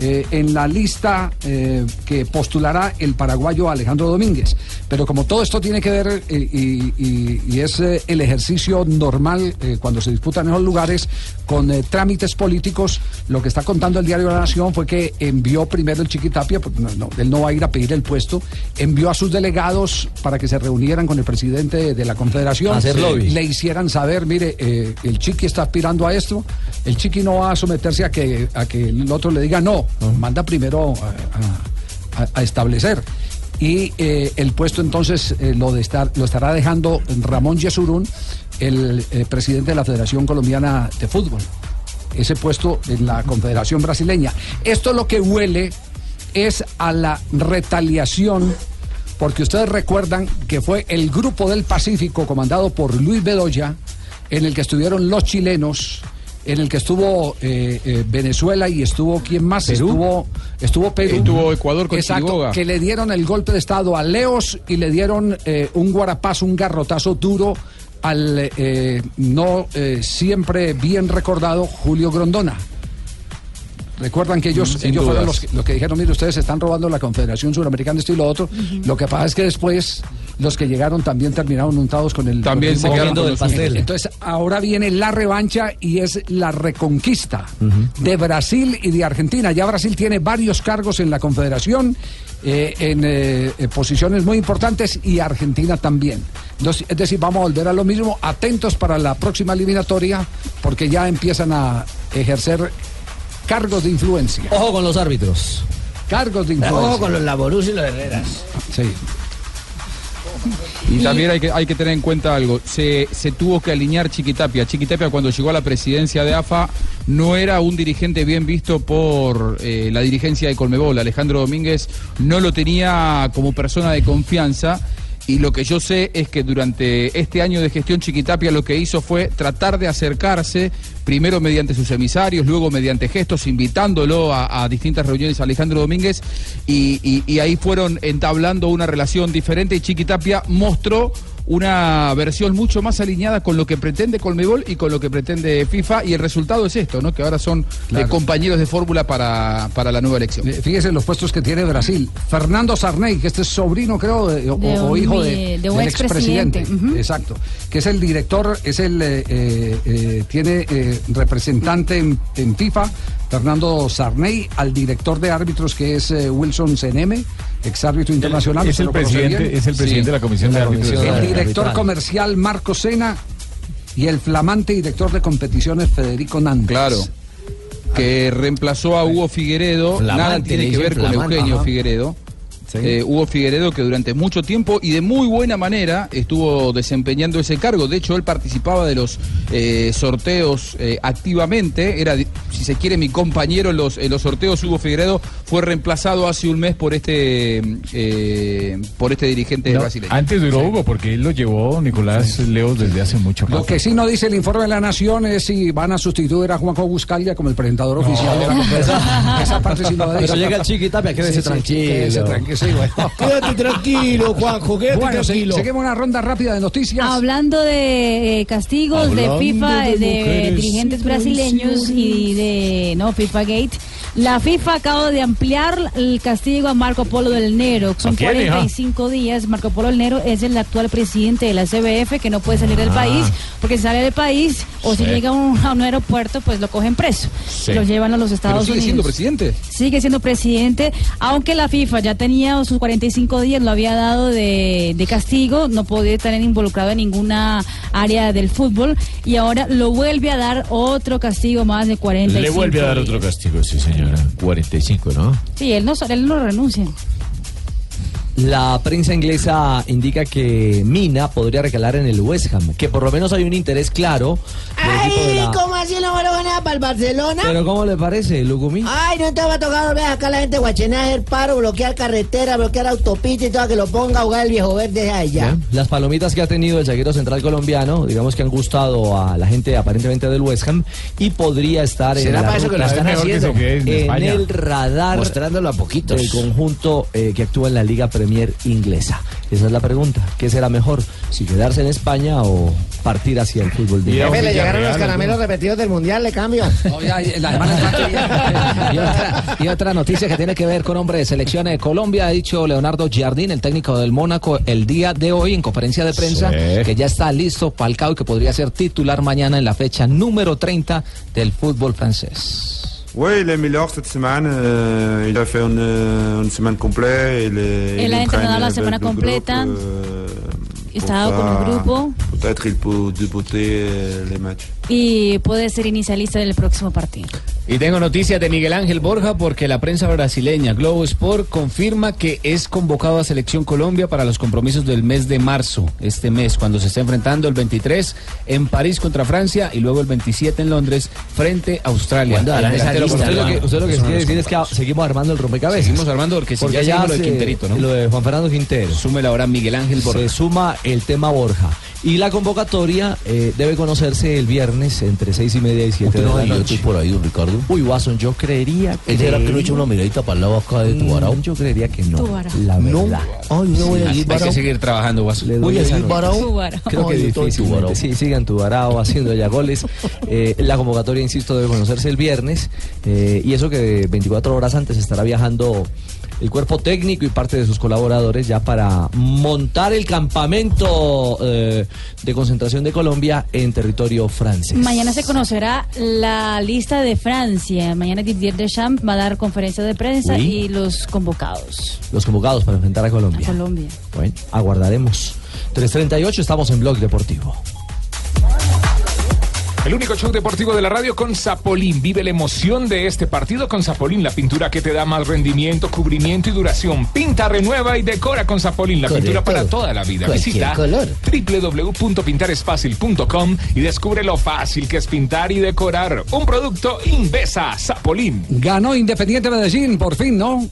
S9: eh, en la lista eh, que postulará el paraguayo Alejandro Domínguez. Pero como todo esto tiene que ver eh, y, y- y es eh, el ejercicio normal eh, cuando se disputan esos lugares con eh, trámites políticos, lo que está contando el diario La Nación fue que envió primero el Chiquitapia, porque no- no, él no va a ir a pedir el puesto, envió a sus delegados para que se reunieran con el presidente de la Confederación,
S15: A hacer
S9: Sí.
S15: lobby.
S9: le hicieran saber, mire, eh, el Chiqui está aspirando a esto, el Chiqui no va a someterse a que, a que el otro le diga no, manda primero a, a- a establecer. Y eh, el puesto entonces eh, lo, de estar, lo estará dejando Ramón Yesurún, el eh, presidente de la Federación Colombiana de Fútbol. Ese puesto en la Confederación Brasileña. Esto lo que huele es a la retaliación porque ustedes recuerdan que fue el grupo del Pacífico comandado por Luis Bedoya, en el que estuvieron los chilenos, en el que estuvo eh, eh, Venezuela y estuvo quién más, estuvo estuvo Perú,
S12: Estuvo Ecuador con
S9: Exacto,
S12: Chiriboga.
S9: que le dieron el golpe de estado a Leos y le dieron eh, un guarapazo, un garrotazo duro al eh, no eh, siempre bien recordado Julio Grondona. Recuerdan que ellos,
S12: Mm, sin
S9: ellos fueron
S12: dudas.
S9: los que, los que dijeron, mire, ustedes están robando la Confederación Suramericana, esto y lo otro. Lo que pasa es que después los que llegaron también terminaron untados con el...
S12: También
S9: con
S12: se
S9: el
S12: quedaron
S9: moco.
S12: con los suyos.
S9: Entonces ahora viene la revancha y es la reconquista
S12: Mm.
S9: de Brasil y de Argentina. Ya Brasil tiene varios cargos en la Confederación, eh, en eh, eh, posiciones muy importantes y Argentina también. Entonces, es decir, vamos a volver a lo mismo, atentos para la próxima eliminatoria, porque ya empiezan a ejercer cargos de influencia.
S15: Ojo con los árbitros.
S9: Cargos de influencia.
S10: Ojo con los laborús y los herreras.
S9: Sí.
S12: Y también hay que, hay que tener en cuenta algo. Se, se tuvo que alinear Chiquitapia. Chiquitapia cuando llegó a la presidencia de AFA no era un dirigente bien visto por eh, la dirigencia de Colmebol. Alejandro Domínguez no lo tenía como persona de confianza. Y lo que yo sé es que durante este año de gestión Chiquitapia lo que hizo fue tratar de acercarse, primero mediante sus emisarios, luego mediante gestos, invitándolo a, a distintas reuniones a Alejandro Domínguez, y, y- y ahí fueron entablando una relación diferente y Chiquitapia mostró una versión mucho más alineada con lo que pretende Colmebol y con lo que pretende FIFA, y el resultado es esto, ¿no? Que ahora son eh,
S9: Claro.
S12: compañeros de fórmula para, para la nueva elección.
S9: Eh, Fíjese los puestos que tiene Brasil. Fernando Sarney, que este es sobrino, creo, de- o,
S14: De
S9: o
S14: un
S9: hijo
S14: mi-
S9: de,
S14: de un
S9: del
S14: expresidente.
S9: expresidente. Exacto. Que es el director, es el. eh, eh, eh, tiene eh, representante en, en FIFA, Fernando Sarney, al director de árbitros, que es eh, Wilson Seneme, exárbitro internacional.
S8: es
S9: usted
S8: el
S9: lo conoce
S8: presidente-
S9: bien.
S8: es el presidente de la Comisión de Árbitros.
S9: El
S8: Arbitral.
S9: director comercial Marco Sena y el flamante director de competiciones Federico Nández.
S12: Claro. que reemplazó a Hugo Figueredo.
S9: Flamante,
S12: Nada
S9: Ah. le
S12: tiene que
S9: dicen
S12: ver con
S9: flamante.
S12: Eugenio
S9: Ajá.
S12: Figueredo. Eh, Hugo Figueredo que durante mucho tiempo y de muy buena manera estuvo desempeñando ese cargo. De hecho, él participaba de los eh, sorteos eh, activamente. Era, di- si se quiere, mi compañero en los, en los sorteos. Hugo Figueredo fue reemplazado hace un mes por este, eh, por este dirigente
S8: No,
S12: brasileño.
S8: antes duró Hugo porque él lo llevó Nicolás Leo desde hace mucho
S9: Lo
S8: rato.
S9: que sí no dice el informe de la Nación es si van a sustituir a Juanjo Buscalia como el presentador oficial de la
S10: (laughs)
S9: conferencia. Esa parte sí no dice.
S15: Pero llega el Chiqui Tapia, quédese tranquilo.
S9: quédese tranquilo, sí, bueno.
S15: Quédate tranquilo, Juanjo, quédate
S9: Bueno, se-
S15: tranquilo.
S9: seguimos una ronda rápida de noticias.
S14: Hablando de eh, castigos
S9: Hablando
S14: de FIFA,
S9: de
S14: de,
S9: mujeres
S14: dirigentes brasileños y de no FIFA Gate, La FIFA acaba de ampliar el castigo a Marco Polo del Nero. Son
S31: ¿A quién, hija?
S14: 45 días. Marco Polo del Nero es el actual presidente de la CBF que no puede salir del
S31: Ah.
S14: país porque si sale del país o si
S12: Sí.
S14: llega a un, a un aeropuerto pues lo cogen preso.
S12: Sí.
S14: Y Lo llevan a los
S12: Pero
S14: Estados
S12: sigue
S14: Unidos
S12: siendo presidente.
S14: sigue siendo presidente, aunque la FIFA ya tenía sus 45 días, lo había dado de, de castigo, no podía estar involucrado en ninguna área del fútbol y ahora lo vuelve a dar otro castigo más de 45
S24: Le vuelve a dar otro castigo, sí, señora. 45, ¿no?
S14: Sí, él no, él no renuncia.
S15: La prensa inglesa indica que Mina podría regalar en el West Ham, que por lo menos hay un interés claro. del equipo de
S18: Ay,
S15: la-
S18: ¿cómo así no me lo van a dar para el Barcelona?
S15: Pero ¿cómo le parece, Lugumi?
S18: Ay, no te va a tocar volver a sacar a la gente de Guachená, hacer paro, bloquear carretera, bloquear autopista y todo, a que lo ponga a jugar el viejo verde allá.
S15: Bien. Las palomitas que ha tenido el zaguero central colombiano, digamos que han gustado a la gente aparentemente del West Ham y podría estar
S10: ¿Será
S15: en, la
S10: para eso que lo
S15: ruta-
S10: están Es mejor que haciendo? se quede en
S15: en
S10: España.
S15: el radar
S10: Mostrándolo a poquitos.
S15: del conjunto eh, que actúa en la Liga Premier inglesa. Esa es la pregunta. ¿Qué será mejor? ¿Si quedarse en España o partir hacia el fútbol? de
S18: Jefe, le llegaron los caramelos repetidos del mundial, le cambio.
S17: Y otra noticia que tiene que ver con hombre de selección de Colombia, ha dicho Leonardo Giardín, el técnico del Mónaco, el día de hoy en conferencia de prensa,
S15: Sí.
S17: que ya está listo Falcao y que podría ser titular mañana en la fecha número 30 del fútbol francés.
S19: Oui, il est meilleur cette semaine. euh, il a fait une, euh, une semaine complète. Il,
S14: Él
S19: est, il
S14: ha
S19: entraîne
S14: entrenado la
S19: avec
S14: semana
S19: le groupe,
S14: completa,
S19: euh,
S14: estaba
S19: pour
S14: con
S19: ça,
S14: el grupo
S19: Peut-être il peut débuter euh, les matchs.
S14: y puede ser inicialista del próximo partido.
S31: Y tengo noticias de Miguel Ángel Borja porque la prensa brasileña Globo Sport confirma que es convocado a Selección Colombia para los compromisos del mes de marzo, este mes, cuando se está enfrentando el 23 en París contra Francia y luego el 27 en Londres frente a Australia.
S15: ¿Cuándo darán
S31: El
S15: esa
S31: delantero
S15: lista,
S31: colombiano.
S15: Usted lo que- usted lo que
S31: Es uno de
S15: quiere
S31: los
S15: decir es que seguimos armando el rompecabezas.
S31: Seguimos armando porque si ya llegamos lo de
S15: se-
S31: Quinterito, ¿no?
S15: Lo de Juan Fernando Quintero.
S31: Súmela ahora Miguel Ángel Borja.
S15: Se suma el tema Borja. Y la convocatoria eh, debe conocerse el viernes entre seis y media y 7 de
S24: no
S15: la
S24: hay
S15: noche.
S24: otro por ahí, don Ricardo?
S15: Uy, Watson, yo creería que... Mm,
S24: ¿Es verdad que no echa una miradita para el lado acá de tu varao?
S15: Yo creería que no. Tubarao. La verdad.
S24: Ay, no voy a
S31: Hay
S24: ir
S31: que seguir trabajando, Guaso.
S15: Voy a
S31: esa
S15: decir
S31: nota.
S15: Barao.
S31: Tubarao.
S15: Creo que
S31: Ay, yo estoy
S15: difícilmente.
S31: Tubarao.
S15: Sí, sigan Tubarao haciendo ya
S9: (laughs)
S15: goles. Eh, la convocatoria, insisto, debe conocerse el viernes. Eh, y eso que 24 horas antes estará viajando el cuerpo técnico y parte de sus colaboradores ya para montar el campamento eh, de concentración de Colombia en territorio francés.
S14: Mañana se conocerá la lista de Francia. Mañana Didier Deschamps va a dar conferencia de prensa
S15: Uy.
S14: y los convocados
S15: Los convocados para enfrentar a
S14: a
S15: Colombia.
S14: Colombia.
S15: Bueno, aguardaremos. 3.38 estamos en Blog Deportivo.
S11: El único show deportivo de la radio con Zapolín. Vive la emoción de este partido con Zapolín, la pintura que te da más rendimiento, cubrimiento y duración. Pinta, renueva y decora con Zapolín, la pintura para toda la vida.
S18: Cualquier
S11: Visita
S18: color.
S11: www.pintaresfacil.com y descubre lo fácil que es pintar y decorar. Un producto Invesa Zapolín.
S9: Ganó Independiente Medellín, por fin, ¿no?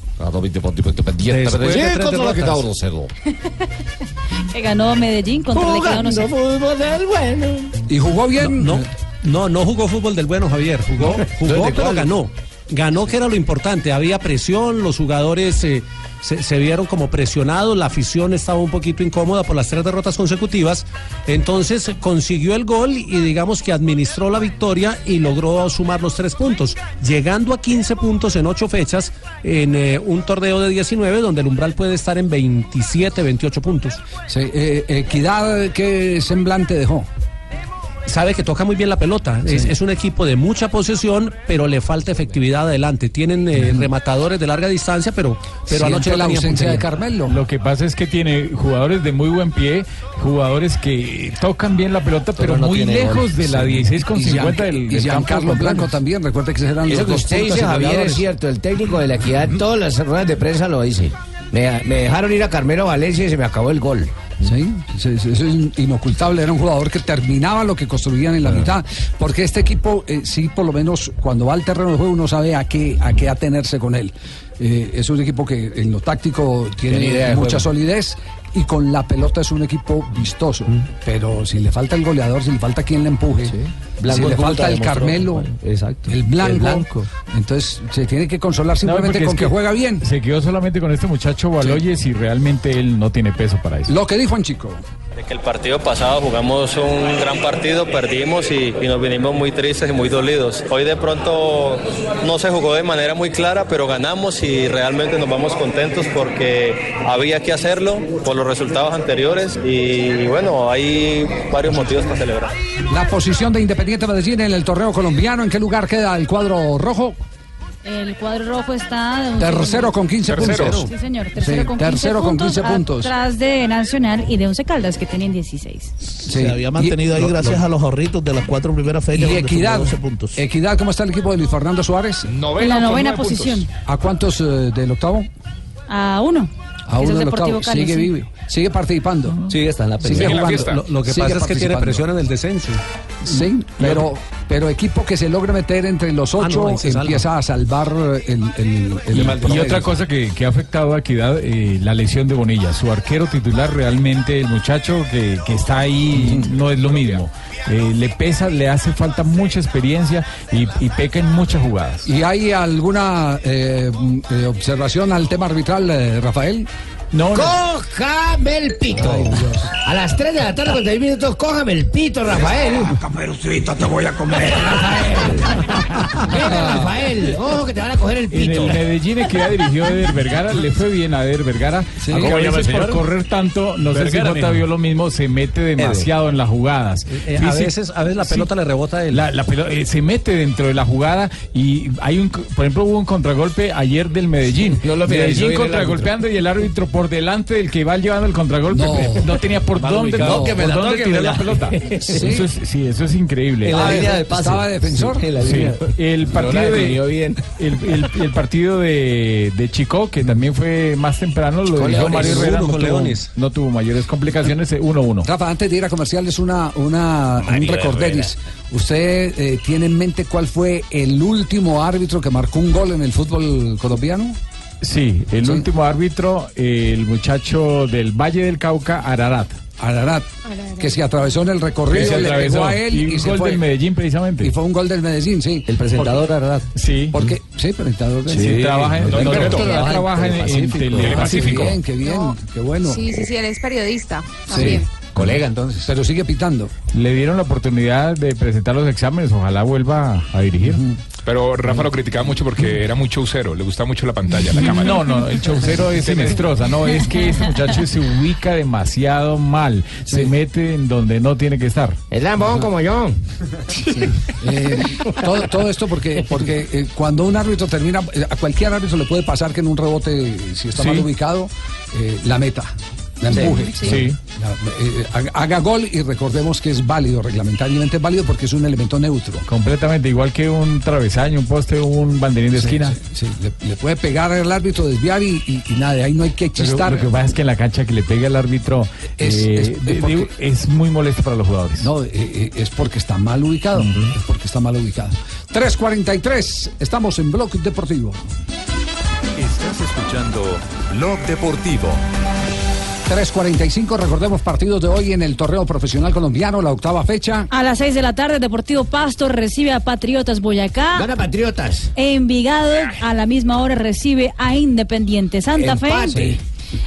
S14: Que ganó Medellín contra el Equidad 1-0.
S18: fútbol del bueno.
S15: ¿Y jugó bien? No, no, no, no jugó fútbol del bueno, Javier. Jugó,
S23: ¿Entonces
S15: jugó
S23: de
S15: pero
S23: cuál?
S15: ganó. Ganó, que era lo importante. Había presión, los jugadores eh, se, se vieron como presionados, la afición estaba un poquito incómoda por las tres derrotas consecutivas. Entonces eh, consiguió el gol y digamos que administró la victoria y logró sumar los tres puntos, llegando a 15 puntos en ocho fechas en eh, un torneo de 19 donde el umbral puede estar en 27, 28 puntos.
S9: equidad, ¿qué semblante dejó?
S15: sabe que toca muy bien la pelota. Es, es un equipo de mucha posesión, pero le falta efectividad adelante. Tienen eh, rematadores de larga distancia, pero, pero anoche no tenían puntería.
S9: Carmelo.
S8: Lo que pasa es que tiene jugadores de muy buen pie, jugadores que tocan bien la pelota, pero,
S9: no
S8: muy
S9: tiene
S8: lejos
S9: gol.
S8: de la
S9: Sí.
S8: 16 con
S9: Y Gian-
S8: 50 del,
S9: y
S8: del campo
S9: Giancarlo
S8: de
S9: Blanco
S8: Planes.
S9: también, recuerda que eran los
S10: Eso que
S9: dos
S10: usted
S9: puntas
S10: dice, Javier,
S9: goleadores.
S10: es cierto. El técnico de la equidad, todas las ruedas de prensa lo dice. Me, me dejaron ir a Carmelo Valencia y se me acabó el gol.
S9: Sí, sí, sí, eso es inocultable. Era un jugador que terminaba lo que construían en la mitad. Porque este equipo, eh, sí, por lo menos cuando va al terreno de juego, uno sabe a qué, a qué atenerse con él. Eh, es un equipo que en lo táctico tiene
S10: Tiene idea de
S9: mucha
S10: juego.
S9: solidez y con la pelota es un equipo vistoso.
S10: Mm.
S9: Pero si le falta el goleador, si le falta quien le empuje,
S15: Blanco
S9: si le
S15: es Cúcuta,
S9: falta el
S15: demostró,
S9: Carmelo,
S15: bueno, exacto.
S9: el blanco,
S15: El Blanco.
S9: entonces se tiene que consolar simplemente
S8: porque pues es
S9: con que, juega bien.
S8: Se quedó solamente con este muchacho Baloyes y realmente él no tiene peso para eso.
S9: Lo que dijo en chico.
S28: De que el partido pasado jugamos un gran partido, perdimos y, y nos vinimos muy tristes y muy dolidos. Hoy de pronto no se jugó de manera muy clara, pero ganamos y realmente nos vamos contentos porque había que hacerlo por los resultados anteriores y bueno, hay varios motivos para celebrar.
S9: La posición de Independiente Medellín en el torneo colombiano, ¿en qué lugar queda el cuadro rojo?
S14: El cuadro rojo está... un
S9: Tercero con 15
S14: Tercero.
S9: puntos.
S14: Sí, señor. Tercero,
S9: Sí,
S14: con, 15
S9: tercero con 15 puntos.
S14: Atrás de Nacional y de Once Caldas, que tienen 16.
S26: Se había mantenido ahí gracias a los ahorritos de las cuatro primeras fechas.
S9: Y
S26: donde sumó
S9: Equidad,
S26: 12 puntos.
S9: Equidad, ¿cómo está el equipo de Luis Fernando Suárez?
S14: En la novena posición.
S9: ¿A cuántos eh, del octavo?
S14: A uno.
S9: A
S14: que es
S9: uno
S14: el
S9: del
S14: Deportivo
S9: octavo.
S14: Cali,
S9: Sigue
S14: sí.
S9: vivo, sigue participando.
S15: Sí, está en la
S9: Sigue
S15: pelea.
S9: jugando.
S15: Lo, lo que
S9: Sigue
S15: pasa es que tiene
S9: participando.
S15: presión en el descenso.
S9: Sí, pero, pero equipo que se logre meter entre los
S15: Ah, no,
S9: ocho
S15: ahí se salva.
S9: empieza a salvar el, el, el-
S8: Y,
S9: el
S8: y
S9: promedio.
S8: otra cosa que, que ha afectado a Equidad, eh, la lesión de Bonilla. Su arquero titular realmente, el muchacho que, que está ahí, no es lo mismo. Eh, le pesa, le hace falta mucha experiencia y, y peca en muchas jugadas.
S9: ¿Y hay alguna eh, mm, eh, observación al tema arbitral, eh, Rafael?
S8: No,
S10: Cójame el pito. a las 3 de la tarde, 41 minutos, cójame el pito, Rafael.
S13: te voy a comer.
S10: Rafael, ojo que te van a coger el
S8: En el
S10: pito.
S8: Medellín que ya dirigió a Eder Vergara, le fue bien a Eder Vergara.
S10: Sí.
S8: Aunque
S10: ¿Cómo
S8: a
S10: llama el
S8: veces por
S10: señor?
S8: correr tanto, no sé
S15: Vergara,
S8: si Jota
S15: mijo.
S8: vio lo mismo, se mete demasiado en las jugadas.
S15: eh, a veces- a veces la pelota le rebota él.
S8: La, la pelo- eh, se mete dentro de la jugada y hay un, por ejemplo, hubo un contragolpe ayer del Medellín.
S15: lo miré, yo
S8: Medellín
S15: vi el
S8: contragolpeando y el árbitro por delante del que va llevando el contragolpe (laughs) no, tenía por
S15: Mal
S8: dónde,
S15: ubicado.
S8: no,
S15: Tóquemela,
S8: por dónde tirar
S15: tóquemela.
S8: la pelota.
S15: Sí.
S8: Eso es, (laughs) sí, eso es increíble. eh,
S15: En la Ah, línea de pase.
S9: ¿estaba defensor?
S15: Sí, en la
S8: Sí.
S15: línea.
S8: El
S15: No
S8: partido
S15: la
S8: de,
S15: definió bien.
S8: el, el- el partido de, de Chico, que también fue más temprano, lo
S9: Con
S8: dijo
S9: Leones,
S8: Mario Herrera,
S9: uno
S8: no
S9: con
S8: tuvo,
S9: Leones.
S8: no tuvo mayores complicaciones, eh, 1-1.
S9: Rafa, antes de ir a comerciales, una, una, un
S8: Mario
S9: recorderis. ¿Usted eh, tiene en mente cuál fue el último árbitro que marcó un gol en el fútbol colombiano?
S8: Sí, el último árbitro, eh, el muchacho del Valle del Cauca, Ararat.
S9: Ararat, que se atravesó en el
S8: Que se
S9: recorrido, le
S8: atravesó.
S9: pegó a él
S8: Y
S9: y,
S8: un
S9: se
S8: gol
S9: fue.
S8: del Medellín, precisamente.
S9: Y fue un gol del Medellín, sí. El
S8: presentador
S9: Ararat.
S8: Sí.
S9: Porque, sí, presentador del
S8: Sí, trabaja en-
S9: Muy
S8: don
S9: bien,
S8: Norberto
S9: pero
S8: Ararat trabaja en- en Telepacífico.
S9: Qué bien, qué bien, qué bueno.
S1: Sí, sí, sí, él es periodista.
S9: Sí,
S30: Ah,
S1: También.
S9: colega entonces. Pero sigue pitando.
S8: Le dieron la oportunidad de presentar los exámenes, ojalá vuelva a dirigir.
S11: Pero Rafa lo criticaba mucho porque era muy chaucero, le gustaba mucho la pantalla, la cámara.
S8: No, no, el chaucero es sinestrosa, no, es que este muchacho se ubica demasiado mal, se mete en donde no tiene que estar.
S10: Es lambón como yo.
S9: Eh, todo, todo esto porque, porque eh, cuando un árbitro termina, eh, a cualquier árbitro le puede pasar que en un rebote, eh, si está
S8: Sí.
S9: mal ubicado, eh, la meta, la
S8: Sí,
S9: empuje.
S8: sí. Sí.
S9: La- eh, haga- haga gol y recordemos que es válido, reglamentariamente es válido porque es un elemento neutro.
S8: Completamente, igual que un travesaño, un poste, un banderín de
S9: Sí,
S8: esquina.
S9: sí, sí, le, le puede pegar al árbitro, desviar y, y- y nada, de ahí no hay que
S8: Pero
S9: chistar.
S8: Lo que pasa es que en la cancha que le pega el árbitro
S9: Es-
S8: eh,
S9: es- es
S8: de- de-
S9: porque-
S8: es muy molesto para los jugadores.
S9: No, eh, eh, es porque está mal ubicado. Es porque está mal ubicado. 3.43, estamos en Bloque Deportivo.
S3: Estás escuchando Blog Deportivo.
S9: 3.45, recordemos partidos de hoy en el torneo profesional colombiano, la octava fecha.
S14: A las 6 de la tarde, Deportivo Pasto recibe a Patriotas Boyacá.
S10: Gana Patriotas.
S14: Envigado a la misma hora recibe a Independiente Santa
S10: Empate.
S14: Fe.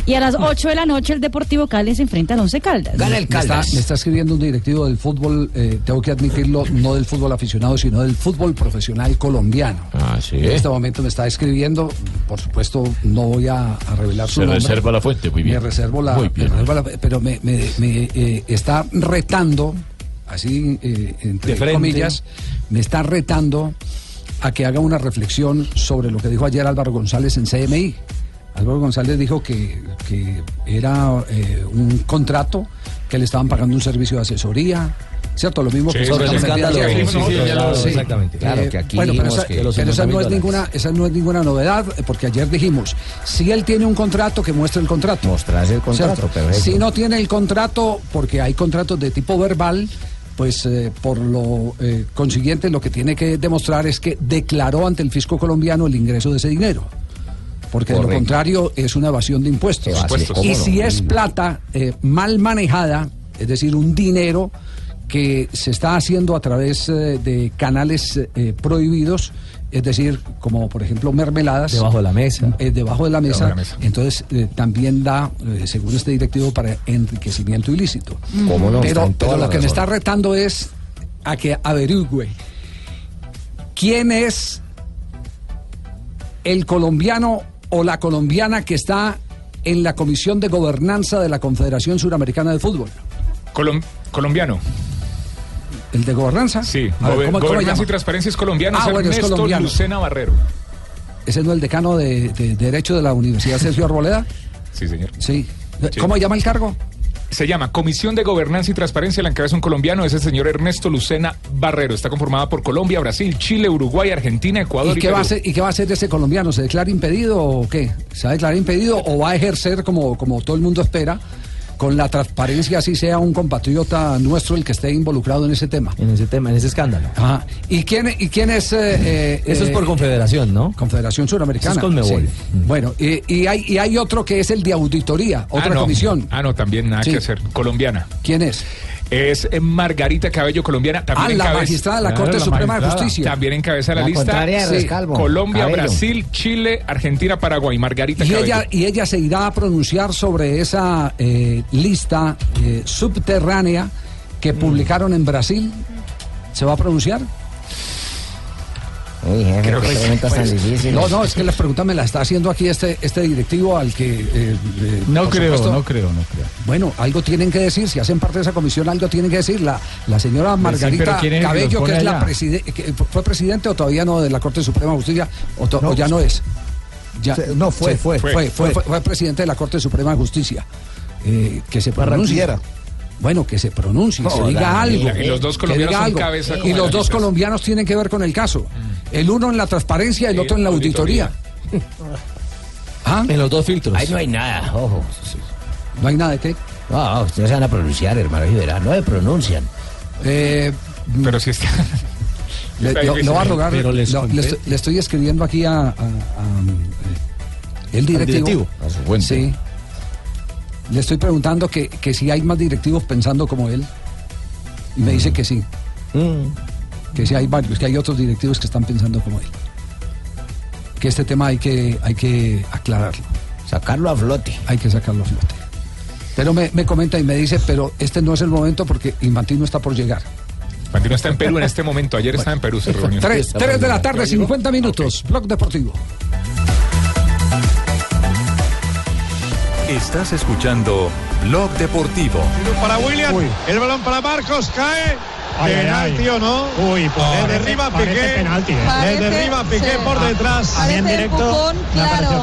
S14: Y a las 8 de la noche el Deportivo Cali se enfrenta al Once Caldas.
S9: Me está- Me está, escribiendo un directivo del fútbol, eh, tengo que admitirlo, no del fútbol aficionado, sino del fútbol profesional colombiano.
S24: Ah, sí.
S9: En este momento me está escribiendo, por supuesto no voy a, a revelar su
S24: Se
S9: nombre.
S24: reserva la fuente, muy bien.
S9: Me reservo la,
S24: Muy bien.
S9: me reservo la- pero me, me- me, eh, está retando, así eh, entre
S24: De frente.
S9: comillas, me está retando a que haga una reflexión sobre lo que dijo ayer Álvaro González en CMI. Álvaro González dijo que, que era eh, un contrato que le estaban pagando un servicio de asesoría. ¿Cierto? Lo mismo
S15: Sí,
S9: que
S15: sobre el
S9: Sí,
S15: escándalo.
S9: sí,
S15: Sí, sí, ya lo-
S9: sí.
S15: exactamente.
S9: Eh,
S15: Claro, que aquí
S9: bueno, pero
S15: dijimos
S9: esa,
S15: que
S9: pero
S15: los
S9: esa
S15: 50.000
S9: no es
S15: dólares.
S9: ninguna, esa no es ninguna novedad, eh, porque ayer dijimos, si él tiene un contrato, que muestre el contrato. Mostrarse el
S15: contrato, perfecto.
S9: Si no tiene el contrato, porque hay contratos de tipo verbal, pues eh, por lo eh, consiguiente lo que tiene que demostrar es que declaró ante el fisco colombiano el ingreso de ese dinero. Porque de lo
S10: Correcto.
S9: contrario es una evasión de impuestos.
S10: Evasión, ¿cómo
S9: Y
S10: no?
S9: si es plata eh, mal manejada, es decir, un dinero que se está haciendo a través eh, de canales eh, prohibidos, es decir, como por ejemplo mermeladas.
S15: Debajo de la mesa.
S9: eh, debajo de la mesa.
S15: Debajo de la mesa.
S9: Entonces eh, también da, eh, según este directivo, para enriquecimiento ilícito.
S15: ¿Cómo no? Está
S9: Mm. Pero,
S15: en toda
S9: pero
S15: la
S9: lo que me
S15: razón.
S9: está retando es a que averigüe quién es el colombiano o la colombiana que está en la Comisión de Gobernanza de la Confederación Suramericana de Fútbol.
S11: Colom- colombiano.
S9: ¿El de gobernanza?
S11: Sí,
S9: A ver,
S11: gobe-
S9: ¿cómo- cómo
S11: gobernanza
S9: llama?
S11: y transparencia es colombiano,
S9: Ah,
S11: es
S9: bueno, es
S11: Ernesto
S9: colombiano.
S11: Lucena Barrero.
S9: ¿Ese no es el decano de, de Derecho de la Universidad Sergio Arboleda?
S11: Sí, señor.
S9: Sí. ¿Cómo llama el cargo?
S11: Se llama Comisión de Gobernanza y Transparencia, la encabeza un colombiano, es el señor Ernesto Lucena Barrero. Está conformada por Colombia, Brasil, Chile, Uruguay, Argentina, Ecuador
S9: ¿Y
S11: y,
S9: qué, va a
S11: Perú.
S9: hacer, ¿Y qué va a hacer ese colombiano? ¿Se declara impedido o qué? ¿Se va a declarar impedido o va a ejercer como, como todo el mundo espera? Con la transparencia, así sea un compatriota nuestro el que esté involucrado en ese tema.
S15: En ese tema, en ese escándalo.
S9: Ajá. ¿Y quién, y quién es...? eh, eh,
S15: Eso es por
S9: eh,
S15: confederación, ¿no?
S9: Confederación Suramericana.
S15: Eso es Conmebol.
S9: Sí. Bueno, y, y hay, y hay otro que es el de auditoría, otra
S11: ah, no.
S9: comisión.
S11: Ah, no, también nada
S9: Sí.
S11: que hacer. Colombiana.
S9: ¿Quién es?
S11: Es eh, Margarita Cabello, colombiana. También
S9: Ah, la
S11: encabeza-
S9: magistrada de la Claro, Corte la Suprema de magistrada. Justicia.
S11: También encabeza la,
S9: La
S11: lista.
S9: contraria de Rescalvo.
S11: Colombia,
S9: Cabello.
S11: Brasil, Chile, Argentina, Paraguay. Margarita
S9: Y
S11: Cabello.
S9: ella, y ella se irá a pronunciar sobre esa eh, lista eh, subterránea
S8: Mm.
S9: que publicaron en Brasil. ¿Se va a pronunciar?
S10: Uy, jefe,
S9: Creo
S10: qué
S9: que-
S10: preguntas tan
S8: pues,
S10: difíciles.
S9: No, no, es que la pregunta me la está haciendo aquí este, este directivo al que... eh, eh,
S8: No
S9: por
S8: creo,
S9: supuesto,
S8: no creo, no creo.
S9: Bueno, algo tienen que decir, si hacen parte de esa comisión, algo tienen que decir. La, la señora
S8: Pues pero
S9: Margarita
S8: ¿quién es el que
S9: Cabello,
S8: los
S9: que
S8: pone
S9: es la
S8: allá?
S9: presidente, fue presidente o todavía no de la Corte Suprema de Justicia, o, to- o ya no es. Ya,
S12: Se- no, fue,
S9: Sí,
S12: fue,
S9: fue,
S12: fue,
S9: fue-
S12: fue.
S9: fue presidente de la Corte Suprema de Justicia. Eh, que se pronuncie.
S12: Barranquillera.
S9: Bueno, que se pronuncie,
S11: Hola,
S9: se diga algo.
S11: mira, y los dos
S9: que
S11: colombianos
S9: diga
S11: son
S9: algo.
S11: cabeza como
S9: Y los dos
S11: analistas. Mm.
S9: colombianos tienen que ver con el caso. El uno en la transparencia, el otro en la auditoría.
S15: En los dos filtros.
S10: Ahí no hay nada, ojo.
S9: ¿No hay nada de qué?
S10: No, ustedes van a pronunciar, hermano Rivera. No se pronuncian.
S11: Pero si está.
S9: Le,
S11: Está
S9: lo-
S11: difícil.
S9: lo va a rogar,
S11: Pero les
S9: lo- le,
S11: conté.
S9: estoy, le estoy escribiendo aquí a, a- a, eh, el directivo.
S11: directivo.
S15: A su fuente.
S9: Sí. Le estoy preguntando que, que si hay más directivos pensando como él. Y me dice que sí. Que si hay varios, que hay otros directivos que están pensando como él. Que este tema hay que, hay que aclararlo.
S10: Sacarlo a flote.
S9: Hay que sacarlo a flote. Pero me, me comenta y me dice, pero este no es el momento porque Infantino está por llegar.
S11: Infantino está en Perú en este momento. Ayer estaba en Perú, se reunió.
S9: 3, de la tarde, 50 minutos. Blog Deportivo.
S3: Estás escuchando Blog Deportivo.
S5: Para William, el balón para Marcos cae.
S3: Ay, ay,
S5: penalti
S3: ay.
S5: o no.
S3: pobre.
S5: le derriba
S3: Parece
S5: Piqué.
S3: penalti, ¿eh?
S5: Le
S32: Parece-
S5: derriba Piqué
S32: sí.
S5: por detrás.
S32: Parece empujón, claro.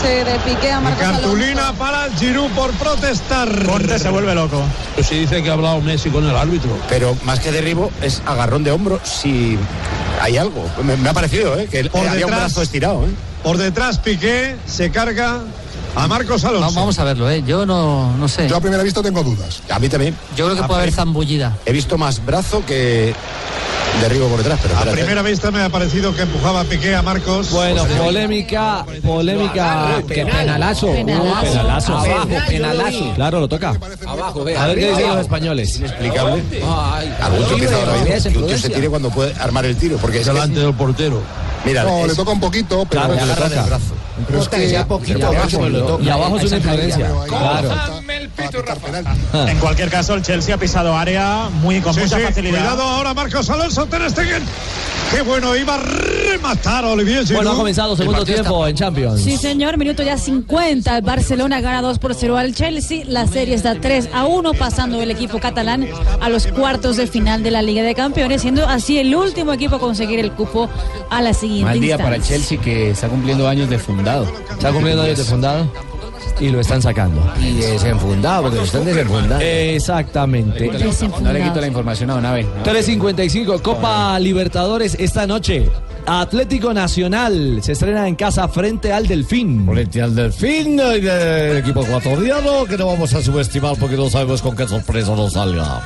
S32: Se de Piqué a
S5: Y
S32: Marcos
S5: cartulina para Giroud por protestar. Corte se vuelve loco.
S6: Se Pues dice que ha hablado Messi con el árbitro. Pero más que derribo es agarrón de hombro si hay algo. Me, me ha parecido ¿eh? que él-
S5: Por
S6: había un
S5: detrás.
S6: brazo estirado. ¿eh?
S5: Por detrás Piqué se carga a Marcos Alonso.
S33: vamos a verlo, ¿eh? Yo no, no sé. Yo a primera vista tengo dudas.
S6: A mí también.
S33: Yo creo que
S6: A
S33: puede haber
S6: prim-
S33: zambullida.
S6: He visto más brazo que derribo por detrás. Pero
S5: A
S6: espérate.
S5: primera vista me ha parecido que empujaba Piqué a Marcos.
S15: Bueno, polémica, polémica.
S5: Penal.
S15: que- Ah, penalazo.
S5: Penalazo.
S15: Penalazo.
S5: Penal,
S15: Abajo,
S5: yo lo
S15: penalazo.
S5: vi.
S15: Claro, lo toca.
S10: Abajo,
S15: A ver qué dicen los españoles.
S6: Inexplicable.
S2: Ah,
S6: Algún
S10: horrible,
S6: toquezado
S10: horrible,
S2: ¿eh?
S6: raíz,
S10: esa
S6: que un tío se
S10: imprudencia.
S6: tire cuando puede armar el tiro. Porque es
S10: Delante
S6: del portero. Mira,
S10: No,
S6: es-
S10: le toca un poquito, pero-
S6: Claro,
S10: Le
S6: que le
S10: agarra
S6: toca.
S10: del brazo.
S6: Pero es
S10: Importa que sea
S6: pero
S10: poquito,
S6: abajo
S10: abajo,
S6: lo
S10: y
S6: toca.
S10: abajo es una
S6: influencia.
S10: Claro. Ah,
S4: En cualquier caso, el Chelsea ha pisado área muy con
S5: Sí,
S4: mucha
S5: sí,
S4: facilidad.
S5: Cuidado ahora Marcos Alonso, Ter Stegen. Qué bueno, iba a rematar Olivier Giroud.
S15: Bueno, ha comenzado segundo tiempo en Champions.
S14: Sí, señor, minuto ya 50. El Barcelona gana 2 por 0 al Chelsea. La serie está 3 a 1, pasando el equipo catalán a los cuartos de final de la Liga de Campeones, siendo así el último equipo a conseguir el cupo a la siguiente
S22: Mal día
S14: instancia.
S22: para el Chelsea que está cumpliendo años de fundado.
S15: Está cumpliendo años de fundado y lo están sacando.
S10: Y desenfundado, porque lo están desenfundando.
S15: Exactamente.
S22: No le quito la información a Don Abe.
S15: 355, Copa Libertadores esta noche. Atlético Nacional se estrena en casa frente al Delfín.
S34: Frente al Delfín, el, equipo ecuatoriano, que no vamos a subestimar porque no sabemos con qué sorpresa nos salga.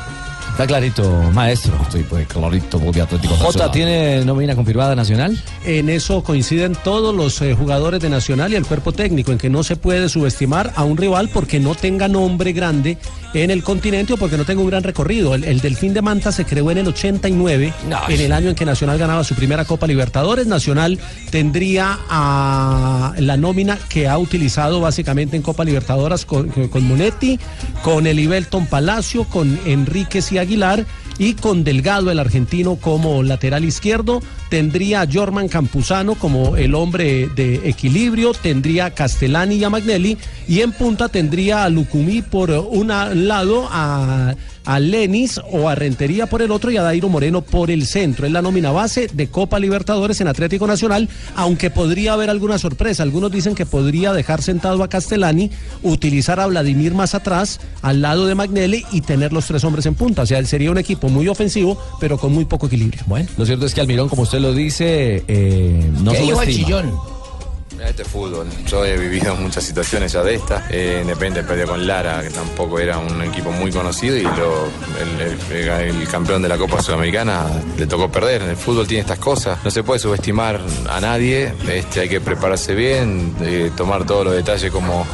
S15: Está clarito, maestro. Sí, pues clarito, porque Atlético Jota
S23: Nacional.
S15: tiene nómina confirmada nacional.
S23: En eso coinciden todos los eh, jugadores de Nacional y el cuerpo técnico, en que no se puede subestimar a un rival porque no tenga nombre grande en el continente o porque no tenga un gran recorrido. El, el Delfín de Manta se creó en el 89, en el año en que Nacional ganaba su primera Copa Libertadores. Nacional tendría a la nómina que ha utilizado básicamente en Copa Libertadores con, con, con Monetti, con Elivelton Palacio, con Enríquez y Aguilar y con Delgado, el argentino, como lateral izquierdo. Tendría a Jorman Campuzano como el hombre de equilibrio. Tendría a Castellani y a Magnelli. Y en punta tendría a Lucumí por un lado, a, a Lenis o a Rentería por el otro y a Dairo Moreno por el centro. Es la nómina base de Copa Libertadores en Atlético Nacional, aunque podría haber alguna sorpresa. Algunos dicen que podría dejar sentado a Castellani, utilizar a Vladimir más atrás, al lado de Magnelli y tener los tres hombres en punta. O sea, él sería un equipo muy ofensivo, pero con muy poco equilibrio.
S15: Bueno, lo cierto es que Almirón, como usted lo dice, eh, no
S24: ¿Qué dijo el
S15: subestima.
S24: chillón? Este fútbol, yo he vivido muchas situaciones ya de estas. Eh, Independiente perdió con Lara, que tampoco era un equipo muy conocido, y lo- el, el- el campeón de la Copa Sudamericana le tocó perder. El fútbol tiene estas cosas. No se puede subestimar a nadie. Este, hay que prepararse bien, eh, tomar todos los detalles como,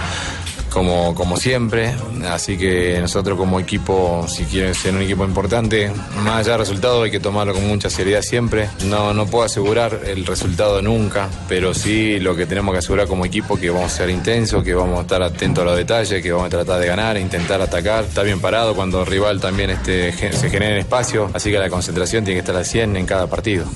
S24: como, como siempre. Así que nosotros como equipo, si quieren ser un equipo importante, más allá del resultado hay que tomarlo con mucha seriedad siempre. No, no puedo asegurar el resultado nunca, pero sí lo que tenemos que asegurar como equipo que vamos a ser intensos, que vamos a estar atentos a los detalles, que vamos a tratar de ganar, intentar atacar, estar bien parado cuando el rival también este, gen- se genere espacio. Así que la concentración tiene que estar al 100 en cada partido.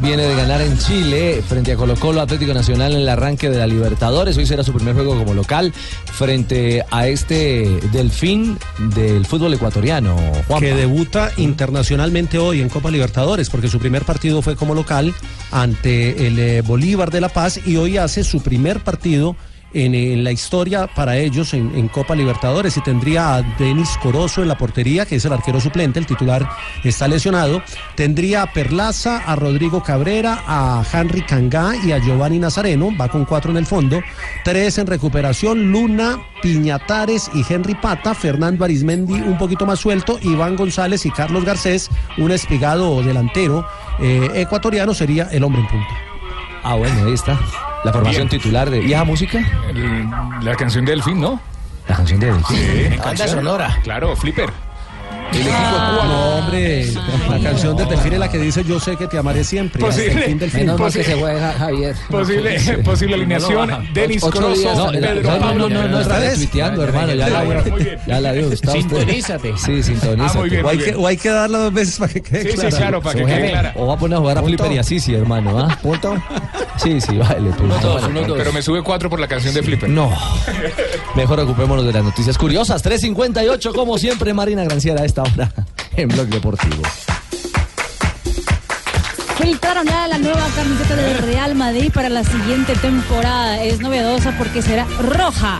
S15: Viene de ganar en Chile frente a Colo Colo Atlético Nacional en el arranque de la Libertadores. Hoy será su primer juego como local frente a este delfín del fútbol ecuatoriano.
S23: que debuta internacionalmente hoy en Copa Libertadores, porque su primer partido fue como local ante el eh, Bolívar de La Paz y hoy hace su primer partido en, eh, en la historia para ellos en, en Copa Libertadores y tendría a Denis Corozo en la portería, que es el arquero suplente, el titular está lesionado, tendría a Perlaza, a Rodrigo Cabrera, a Henry Cangá y a Giovanni Nazareno, va con cuatro en el fondo, tres en recuperación, Luna, Piñatares y Henry Pata, Fernando Arismendi un poquito más suelto, Iván González y Carlos Garcés, un espigado delantero eh, ecuatoriano sería el hombre en punta.
S15: Ah, bueno, ahí está. La formación titular de vieja música.
S11: El- la canción de Delfín, ¿no?
S15: La canción de Delfín.
S11: Sí,
S15: Banda
S11: canción.
S15: sonora.
S11: Claro, Flipper.
S23: El equipo No, hombre, la canción de Delfín es la que dice Yo sé que te amaré siempre.
S11: Posible.
S23: Delfín, Delfín.
S11: Menos mal
S23: Posible.
S11: que se
S17: juega Javier.
S11: Posible, (laughs) posible alineación. Denis Corozo,
S15: No, la-
S11: Pedro
S15: no, no, no,
S11: Pablo.
S15: no, no, está retuiteando, hermano. Ya la vio. Ya la vio. está usted.
S23: Sintonízate.
S15: Sí, sintonízate.
S23: Ah, muy bien,
S15: O hay
S23: muy
S15: que-
S23: bien. o hay que darla dos veces para que quede
S15: Sí, sí,
S23: clara.
S15: claro, para que quede clara. O va a poner a jugar a Flipper y así, sí, hermano. ¿ah? ¿Punto? Sí, sí, vale. punto.
S11: Pero me sube cuatro por la canción de Flipper.
S15: No. Mejor ocupémonos de las noticias curiosas. 3.58, como siempre, Marina Granciera a esta hora (laughs) en Blog Deportivo.
S14: Filtraron ya la nueva camiseta del Real Madrid para la siguiente temporada. Es novedosa porque será roja.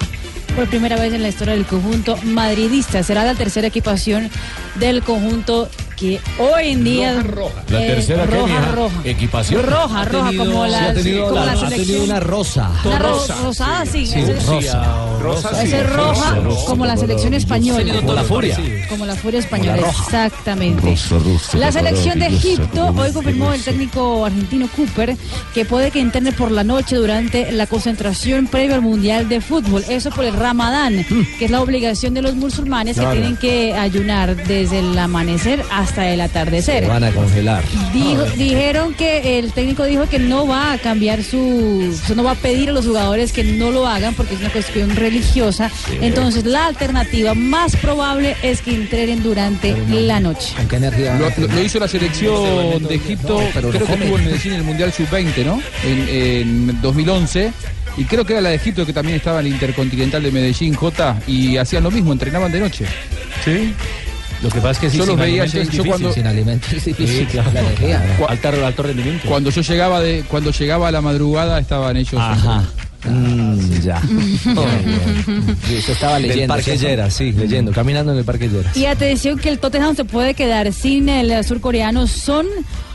S14: Por primera vez en la historia del conjunto madridista. Será la tercera equipación del conjunto que hoy en día. Roja, roja.
S10: La tercera que
S14: Eh, roja,
S10: mija,
S14: roja.
S10: equipación.
S14: Roja, roja, como
S10: sí,
S14: la,
S10: ha tenido
S14: como
S10: la-
S14: la
S10: ha
S14: selección.
S10: tenido una
S15: rosa.
S14: Una ro-
S10: Rosa,
S14: rosada, sí.
S10: Sí,
S14: esa es-
S10: rosa. Rosa,
S14: esa
S10: sí.
S14: es roja,
S10: Rosa,
S14: como la
S10: rosa,
S14: selección
S10: rosa.
S14: española.
S10: Como la furia.
S14: Como la furia española,
S10: Como la roja.
S14: exactamente.
S10: rusa,
S14: La selección de
S10: maravillosa,
S14: Egipto hoy
S10: maravillosa.
S14: confirmó el técnico argentino Cooper que puede que interne por la noche durante la concentración previa al Mundial de Fútbol. Eso por el Ramadán, que es la obligación de los musulmanes que
S15: Mm. Claro.
S14: tienen que ayunar desde el amanecer hasta el atardecer.
S15: Se van a Ah. congelar.
S14: Dijo- dijeron que el técnico dijo que no va a cambiar su, o sea, no va a pedir a los jugadores que no lo hagan porque es una cuestión religiosa. Entonces la alternativa más probable es que entrenen durante la noche.
S17: ¿Con qué energía?
S12: Lo, lo- lo hizo la selección de Egipto, creo que estuvo en Medellín en el Mundial Sub-20, ¿no? En, en 2011. Y creo que era la de Egipto que también estaba en el Intercontinental de Medellín, J. Y hacían lo mismo, entrenaban de noche. Sí.
S15: Lo que pasa es
S17: que sí,
S12: yo los
S17: sin
S12: veía,
S17: alimento
S12: yo,
S17: es difícil,
S12: cuando,
S17: sin alimento es difícil,
S12: Sí, claro.
S17: la energía.
S12: Cu-
S15: Alto, alto rendimiento.
S12: cuando yo llegaba de, cuando llegaba a la madrugada estaban ellos.
S15: Ajá. Mm,
S14: (laughs)
S15: ya.
S17: Yo estaba
S15: Del
S17: leyendo.
S15: Parque
S17: ¿cierto?
S15: Llera, sí, leyendo, caminando en el Parque Llera.
S14: Y atención que el Tottenham se puede quedar sin el surcoreano Son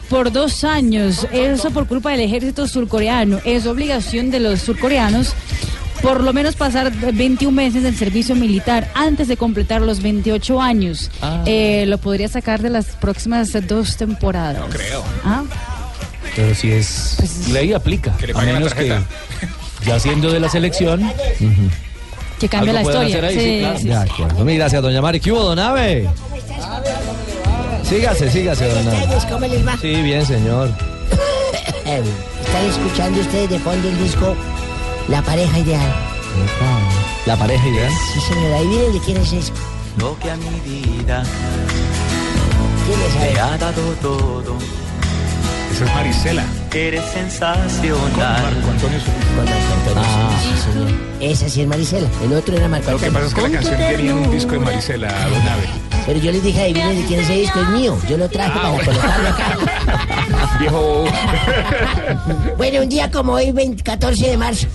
S14: por dos años. Eso por culpa del ejército surcoreano. Es obligación de los surcoreanos por lo menos pasar 21 meses en servicio militar antes de completar los 28 años.
S10: Ah.
S14: Eh, lo podría sacar de las próximas dos temporadas. Ah, No creo.
S15: Pero si es ley, aplica. a
S11: paguen la
S15: menos que,
S11: tarjeta.
S15: ya siendo de la selección,
S14: Que cambia la
S15: algo puedan
S14: historia.
S15: hacer ahí, sí, claro.
S14: sí,
S15: De
S14: sí.
S15: acuerdo. Mil gracias, doña Mari. ¿Qué hubo, don Ave? Sígase, sígase, don Ave.
S18: ¿Cómo
S15: (laughs)
S18: les va?
S15: Sí, bien, señor.
S18: Están escuchando ustedes de fondo el disco La pareja ideal.
S15: La pareja ideal.
S18: Sí, señora, y miren de quién es eso.
S2: Lo que a mi vida
S18: le
S2: ha dado todo.
S11: Esa es Marisela.
S2: Eres sensacional.
S18: Ah, sí, señor. Esa sí es Marisela. El otro era Marco
S11: Lo que
S18: Antonio.
S11: pasa es que la canción tenía en un disco de Marisela, Don Ave.
S18: Pero yo les dije, adivinen de quién es ese disco, es mío. Yo lo traje para colocarlo acá.
S11: Viejo.
S18: Bueno, un día como hoy, 20 14 de marzo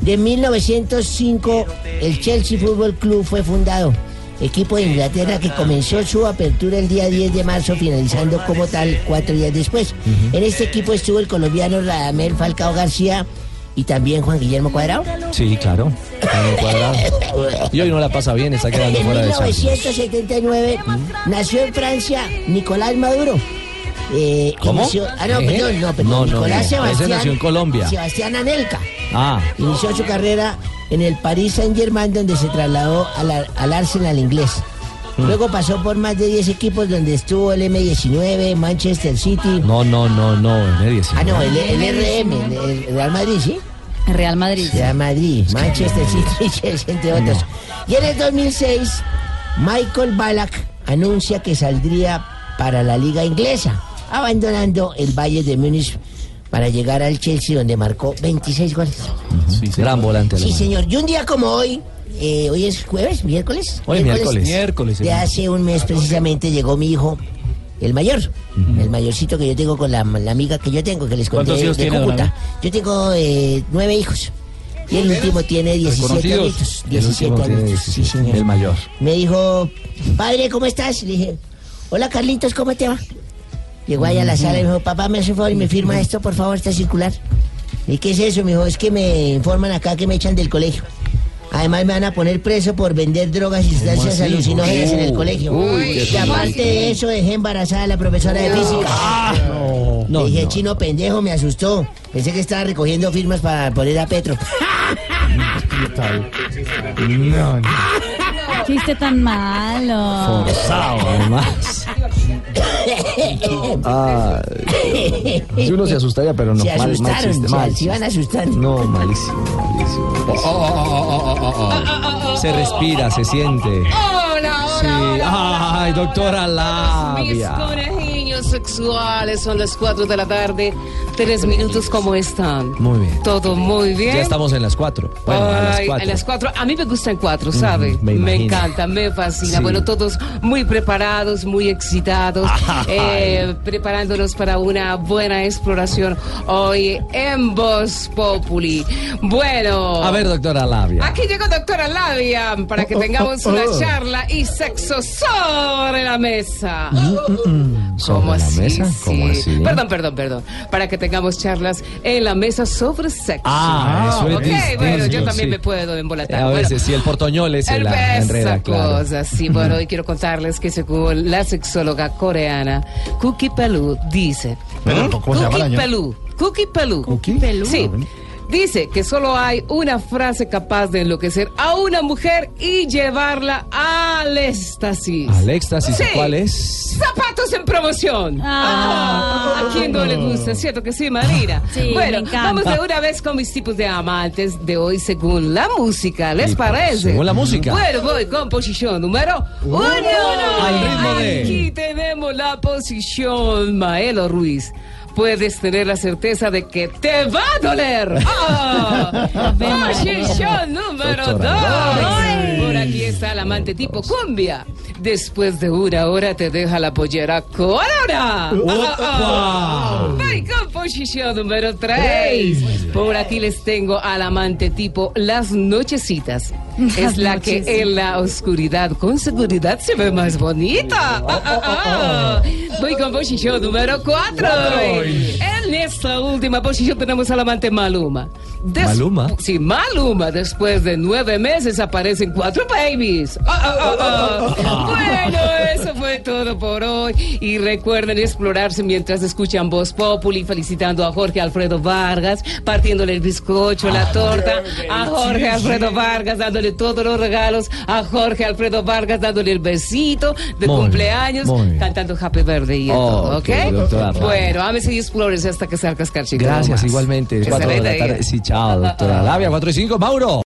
S18: de 1905, el Chelsea Fútbol Club fue fundado. Equipo de Inglaterra que comenzó su apertura el día 10 de marzo, finalizando como tal cuatro días después. En este equipo estuvo el colombiano Radamel Falcao García y también Juan Guillermo Cuadrado.
S15: Sí, claro. Está cuadrado. Y hoy no la pasa bien, está quedando
S18: En
S15: fuera de Champions.
S18: 1979 nació en Francia Nicolás Maduro. Eh,
S15: ¿Cómo?
S18: inició- ah, no,
S15: ¿Eh?
S18: perdón, no, perdón.
S15: No, no,
S18: Nicolás
S15: no. Ese
S18: Sebastián.
S15: nació en Colombia.
S18: Sebastián Anelka.
S15: Ah,
S18: Inició su carrera en el Paris Saint-Germain, donde se trasladó al, Ar- al Arsenal inglés.
S15: Mm.
S18: Luego pasó por más de 10 equipos, donde estuvo el M19, Manchester City.
S15: no, no, no, no, nadie
S18: Ah, no, el, el RM, el, el Real Madrid, ¿sí? Real Madrid. Real Madrid, Manchester City, (laughs) Chelsea, entre otros. Y en el 2006, Michael Ballack anuncia que saldría para la liga inglesa, abandonando el Valle de Múnich para llegar al Chelsea, donde marcó 26 goles.
S15: gran volante.
S18: Sí,
S15: alemán.
S18: señor. Y un día como hoy, eh, hoy es jueves, miércoles.
S15: Hoy es miércoles. Miércoles,
S18: De
S15: señor.
S18: hace un mes precisamente llegó mi hijo, el mayor. El mayorcito que yo tengo con la, la amiga que yo tengo, que les conté
S15: ¿Cuántos hijos
S18: de
S15: tiene, don
S18: Cúcuta. Yo tengo eh, nueve hijos. Y el último tiene 17
S15: Reconocidos.
S18: añitos.
S15: El último
S18: 17
S15: tiene
S18: añitos.
S15: 17, el mayor.
S18: Me dijo, padre, ¿cómo estás? Le dije, hola Carlitos, ¿cómo te va? Llegó allá a la sala y me dijo, papá, me hace un favor y me firma esto, por favor, esta circular. ¿Y qué es eso? Me dijo, es que me informan acá que me echan del colegio. Además me van a poner preso por vender drogas y sustancias
S22: así?
S18: alucinógenas
S22: Uy.
S18: en el colegio.
S22: Uy, qué
S18: y aparte
S22: susto.
S18: de eso dejé embarazada a la profesora de física.
S22: Ah,
S18: Le dije, chino pendejo, me asustó. Pensé que estaba recogiendo firmas para poner
S22: (laughs)
S18: a Petro.
S15: No,
S14: Chiste tan malo. (laughs)
S15: además. Ah,
S19: Eh,
S15: si uno se asustaría, pero no.
S18: Se
S15: mal- mal
S18: asustaron,
S15: chiste,
S18: se-
S15: mal
S18: se
S15: chiste.
S18: iban asustando.
S15: No, malísimo, malísimo. Se respira, se siente.
S19: Hola,
S15: Sí. Ah,
S19: hola, hola,
S15: Ay, doctora
S19: Mis
S15: Labia.
S19: conejillos sexuales son las 4 de la tarde. Tres minutos, ¿cómo están?
S15: Muy bien.
S19: Todo muy bien.
S15: Ya estamos en las cuatro. Bueno, a las
S19: Ay,
S15: cuatro.
S19: a las cuatro. A mí me gustan cuatro, ¿sabe?
S15: Ujú, me imagino.
S19: encanta, me fascina.
S15: Sí.
S19: Bueno, todos muy preparados, muy excitados,
S15: (laughs) Ay.
S19: eh, preparándonos para una buena exploración hoy en Voz Populi. Bueno.
S15: A ver, doctora Labia.
S19: Aquí llegó doctora Labia para que
S15: Oh, oh,
S19: tengamos
S15: oh,
S19: una
S15: oh.
S19: charla y sexo sobre la mesa.
S5: 嗯
S15: ¿Cómo
S19: así?
S15: la mesa? ¿Cómo
S19: Sí.
S15: así?
S19: Perdón, perdón, perdón. Para que tengamos charlas en la mesa sobre sexo.
S15: Ah, eso es
S19: Ok, bueno, yo
S15: distinto,
S19: también
S15: sí.
S19: me puedo embolatar.
S15: A
S19: Bueno, pues.
S15: veces, sí, el portoñol es el la
S19: esa
S15: enreda, claro.
S19: cosa, sí. Bueno, hoy quiero contarles que según la sexóloga coreana, Cookie Palú dice...
S18: ¿Cómo se llama la
S19: Cookie
S18: señora?
S19: Palú. Cookie Palú.
S15: Ah,
S19: Sí. Dice que solo hay una frase capaz de enloquecer a una mujer y llevarla al éxtasis.
S15: Al éxtasis,
S19: Sí.
S15: ¿cuál es?
S19: Zapatos en promoción.
S14: Ah.
S19: Ah, ¿A quién no le gusta? ¿Cierto que sí, Marina?
S14: Sí,
S19: bueno,
S14: me encanta.
S19: vamos de una vez con mis tipos de amantes de hoy según la música. ¿Les
S15: Y pues,
S19: parece?
S15: según la música.
S19: Bueno, voy con posición número
S15: Uno.
S19: uno.
S15: Al ritmo de-
S19: Aquí tenemos la posición, Maelo Ruiz. Puedes tener la certeza de que te va a
S15: (laughs)
S19: doler. Ah, posición número Doctora. dos. Ay. Por aquí está el amante tipo cumbia. Después de una hora te deja la pollera colora.
S22: Opa.
S19: Voy con posición número 3. Por aquí les tengo al amante tipo las nochecitas. Es la que en la oscuridad con seguridad se ve más
S22: Oh,
S19: bonita. Ah, ah, ah. Voy con posición número 4.
S22: Cuatro.
S19: El En esta última posición tenemos al amante Maluma. Des-
S15: Maluma.
S19: Sí, Maluma. Después de nueve meses aparecen cuatro babies.
S22: Oh,
S19: Ah, ah, ah, ah. Bueno, eso fue todo por hoy. Y recuerden explorarse mientras escuchan Voz Populi, felicitando a Jorge Alfredo Vargas, partiéndole el bizcocho, la torta, a Jorge Alfredo Vargas dándole todos los regalos, a Jorge Alfredo Vargas dándole el besito
S15: Muy
S19: de
S15: bien,
S19: cumpleaños,
S15: muy bien.
S19: cantando Happy Birthday y
S15: Ok,
S19: todo, ¿ok?
S15: doctora.
S19: Bueno, ámese y explores hasta que salgas carchicón.
S15: Gracias, igualmente.
S19: Que se
S15: Cuatro de
S19: le
S15: la
S19: dé.
S15: tarde. Sí, chao, doctora Labia, 4 y 5. Mauro.